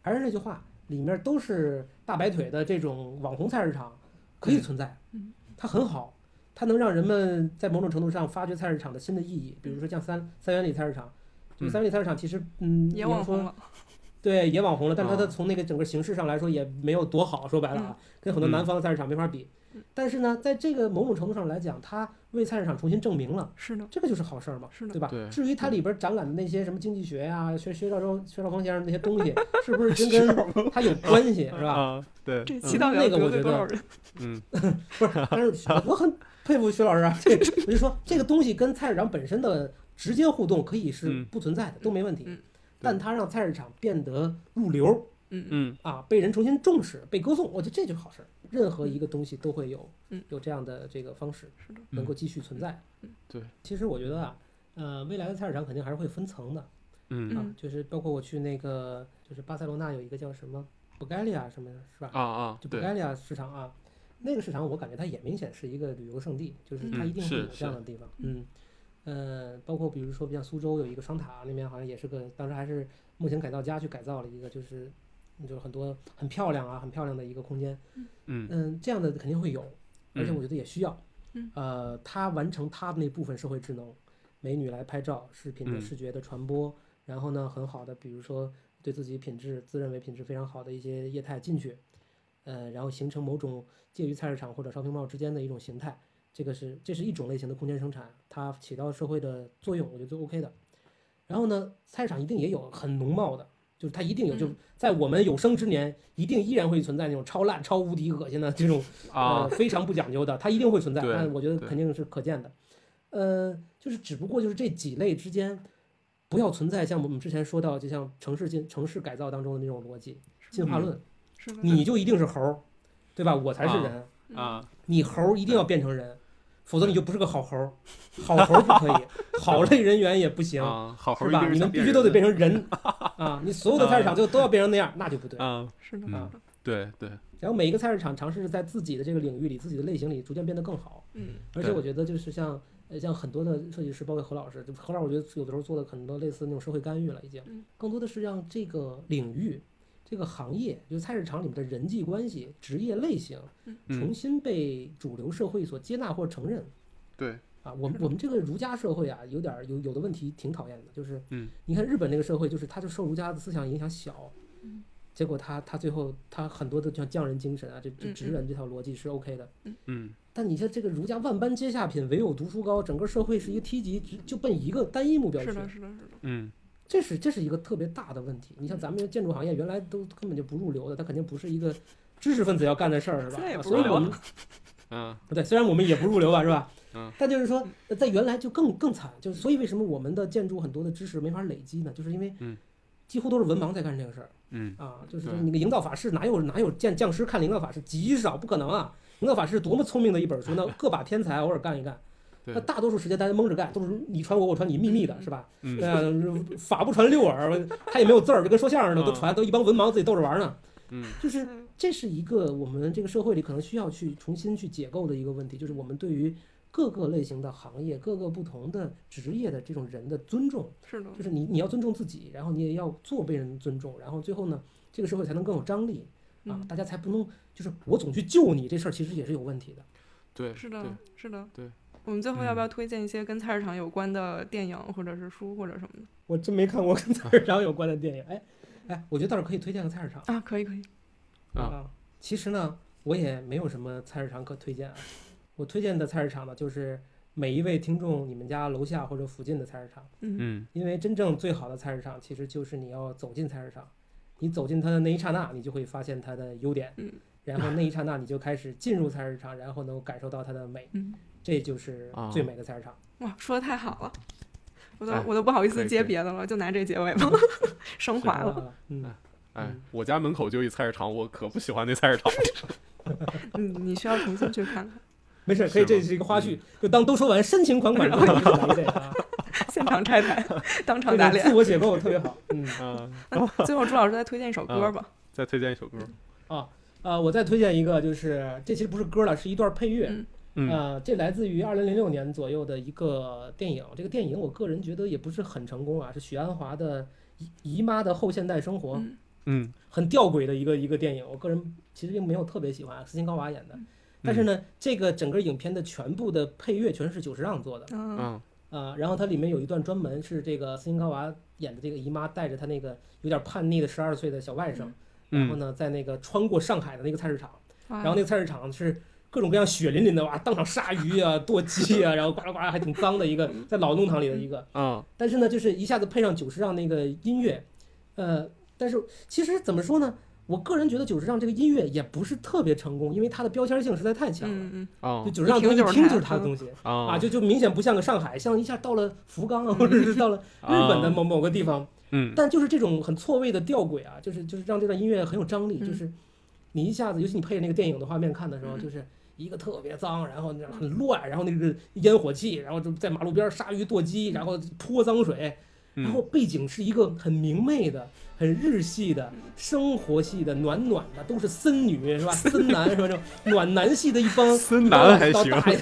还是那句话，里面都是大白腿的这种网红菜市场可以存在嗯，它很好，它能让人们在某种程度上发掘菜市场的新的意义。比如说像三三元里菜市场，就嗯三元里菜市场其实嗯，你也要网红说了，对，也网红了，但是它的啊从那个整个形式上来说也没有多好，说白了啊，跟很多南方的菜市场没法比嗯。但是呢，在这个某种程度上来讲，它为菜市场重新证明了，是的，这个就是好事儿嘛，是的对吧？对嗯至于它里边展览的那些什么经济学呀、薛薛兆丰、薛兆丰先生那些 东西，是不是真跟它有关系，是吧？啊，对，这期期嗯到到底底要那要个我得得罪罪多多少少觉人？嗯，不是，但是我很佩服薛老师啊，这我就说这个东西跟菜市场本身的直接互动可以是嗯不存在的，都没问题嗯，但它让菜市场变得入流。嗯嗯， 嗯，啊，被人重新重视、被歌颂，我觉得这就是好事儿。任何一个东西都会有，嗯有这样的这个方式是的，能够继续存在。嗯对，其实我觉得啊，呃，未来的菜市场肯定还是会分层的啊，嗯，嗯就是包括我去那个，就是巴塞罗那有一个叫什么布盖利亚什么的，是吧？啊啊，就布对，盖利亚市场啊，那个市场我感觉它也明显是一个旅游胜地，就是它嗯一定会是有这样的地方，嗯。呃，包括比如说，像苏州有一个双塔，那边好像也是个，当时还是梦想改造家去改造了一个，就是就是很多很漂亮啊，很漂亮的一个空间。嗯嗯，这样的肯定会有，而且嗯我觉得也需要。嗯呃，它完成它的那部分社会智能，美女来拍照，视频的嗯视觉的传播，然后呢，很好的，比如说对自己品质自认为品质非常好的一些业态进去，呃，然后形成某种介于菜市场或者 shopping mall 之间的一种形态，这个是这是一种类型的空间生产，它起到社会的作用，我觉得就 OK 的。然后呢，菜市场一定也有很农贸的，就是它一定有，就嗯在我们有生之年，一定依然会存在那种超烂、超无敌、恶心的这种呃啊，非常不讲究的，它一定会存在，对但我觉得对肯定是可见的。呃，就是只不过就是这几类之间，不要存在像我们之前说到，就像城市进城市改造当中的那种逻辑进嗯化论，是的，你就一定是猴儿，对吧？我才是人，嗯啊，你猴儿一定要变成人，否则你就不是个好猴儿，好猴儿不可以，好类人缘也不行。啊，好好是吧？你们必须都得变成人啊！你所有的菜市场最后都要变成那样，那就不对。啊，是的，嗯是的，对对，然后每一个菜市场尝试在自己的这个领域里、自己的类型里逐渐变得更好。嗯而且对我觉得就是像呃像很多的设计师，包括何老师，就何老师我觉得有的时候做的很多类似那种社会干预了，已经嗯，更多的是让这个领域、这个行业，就是菜市场里面的人际关系、职业类型，重嗯，新被主流社会所接纳或承认。对，啊，我们我们这个儒家社会啊，有点儿有有的问题挺讨厌的，就是，嗯，你看日本那个社会，就是他就受儒家的思想影响小，嗯，结果他他最后他很多的像匠人精神啊，这这嗯职人这套逻辑是 OK 的，嗯但你像这个儒家万般皆下品，唯有读书高，整个社会是一个梯级，只就奔一个单一目标去是，的，是的，是的，嗯这是这是一个特别大的问题。嗯你像咱们这建筑行业原来都根本就不入流的，它肯定不是一个知识分子要干的事儿，是吧现在也？啊不所以入流我们嗯不对，虽然我们也不入流吧，是吧？ 嗯。但就是说，呃在原来就更更惨，就是所以为什么我们的建筑很多的知识没法累积呢？就是因为嗯，几乎都是文盲在干这个事儿嗯啊。就是对那个营造法式哪有哪有匠匠师看营造法式，极少不可能啊。营造法式多么聪明的一本书呢，个把天才偶尔干一干。 对那大多数时间大家蒙着干，都是你传我，我传你，秘密的是吧？嗯呃，法不传六耳，他也没有字儿，就跟说相声的都嗯传，都一帮文盲自己逗着玩儿呢。嗯就是嗯这是一个我们这个社会里可能需要去重新去解构的一个问题，就是我们对于各个类型的行业、各个不同的职业的这种人的尊重，是的，就是你你要尊重自己，然后你也要做被人尊重，然后最后呢，这个社会才能更有张力啊，嗯，大家才不能就是我总去救你这事儿，其实也是有问题的。对，是嗯的，是的，对。我们最后要不嗯要推荐一些跟菜市场有关的电影或者是书或者什么的我真没看过跟菜市场有关的电影，啊哎哎，我觉得倒是可以推荐个菜市场啊？可以，可以，啊啊。其实呢，我也没有什么菜市场可推荐啊，我推荐的菜市场呢，就是每一位听众你们家楼下或者附近的菜市场。嗯嗯因为真正最好的菜市场，其实就是你要走进菜市场，你走进它的那一刹那，你就会发现它的优点嗯，然后那一刹那你就开始进入菜市场，然后能够感受到它的美，嗯，这就是啊最美的菜市场。哇，说的太好了，我都哎我都不好意可思以接可以别的了，就拿这结尾吧，嗯 升华了。啊，嗯，哎，我家门口就一菜市场，我可不喜欢那菜市场。啊嗯，你需要重新去看看，没事，可以，是这吗嗯是一个花絮，就当都说完深情款 款之后，你就来一这个啊，现场 拆台， 当场这打个自脸。我解构特别好。嗯嗯，最后，朱老师再推荐一首歌啊吧。再推荐一首歌。啊、呃，我再推荐一个，就是这其实不是歌了，是一段配乐。嗯呃，这来自于二零零六年左右的一个电影，这个电影我个人觉得也不是很成功啊，是许鞍华的《姨姨妈的后现代生活》，嗯嗯很吊诡的一个一个电影，我个人其实并没有特别喜欢，啊斯琴高娃演嗯的。但是呢，这个整个影片的全部的配乐全是久石让做的，嗯嗯啊，然后它里面有一段专门是这个斯琴高娃演的这个姨妈带着她那个有点叛逆的十二岁的小外甥，然后嗯呢，在那个穿过上海的那个菜市场。哇然后那个菜市场是各种各样血淋淋的哇，当场杀鱼啊、剁鸡啊，然后呱啦呱啦还挺脏的一个，在老弄堂里的一个。嗯但是呢，就是一下子配上久石让那个音乐，呃，但是其实怎么说呢？我个人觉得久石让这个音乐也不是特别成功，因为它的标签性实在太强了。嗯就嗯久石让一东听西听就是他就是他的嗯东西啊，啊就就明显不像个上海，像一下到了福嗯冈啊，或者是到了日本啊的某某个地方，嗯但就是这种很错位的吊诡啊，就是就是让这段音乐很有张力，嗯就是你一下子，尤其你配着那个电影的画面看的时候，嗯就是一个特别脏，然后那很乱，然后那个烟火气，然后就在马路边杀鱼剁鸡，然后泼脏水，然后嗯背景是一个很明媚的、很日系的、嗯生活系的、暖暖的，都是森女是吧？森男是吧？这种暖男系的一帮森男还老行 大爷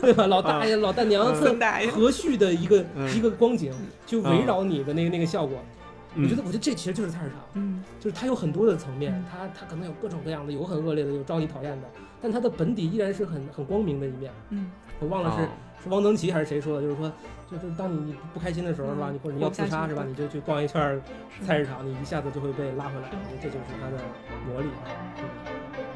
对吧？老大爷、老大娘，嗯特孙大爷和煦的一个嗯一个光景，就围绕你的那个那个效果。我觉嗯得，我觉得这其实就是菜市场，嗯就是它有很多的层面嗯，它它可能有各种各样的，有很恶劣的，有招你讨厌的，但它的本底依然是很很光明的一面。嗯，我忘了哦是是汪曾祺还是谁说的，就是说，就就当你你不开心的时候是吧，嗯你或者你要活不下自去杀了是吧，你就去逛一圈儿是菜市场，你一下子就会被拉回来。我觉得这就是它的魔力。嗯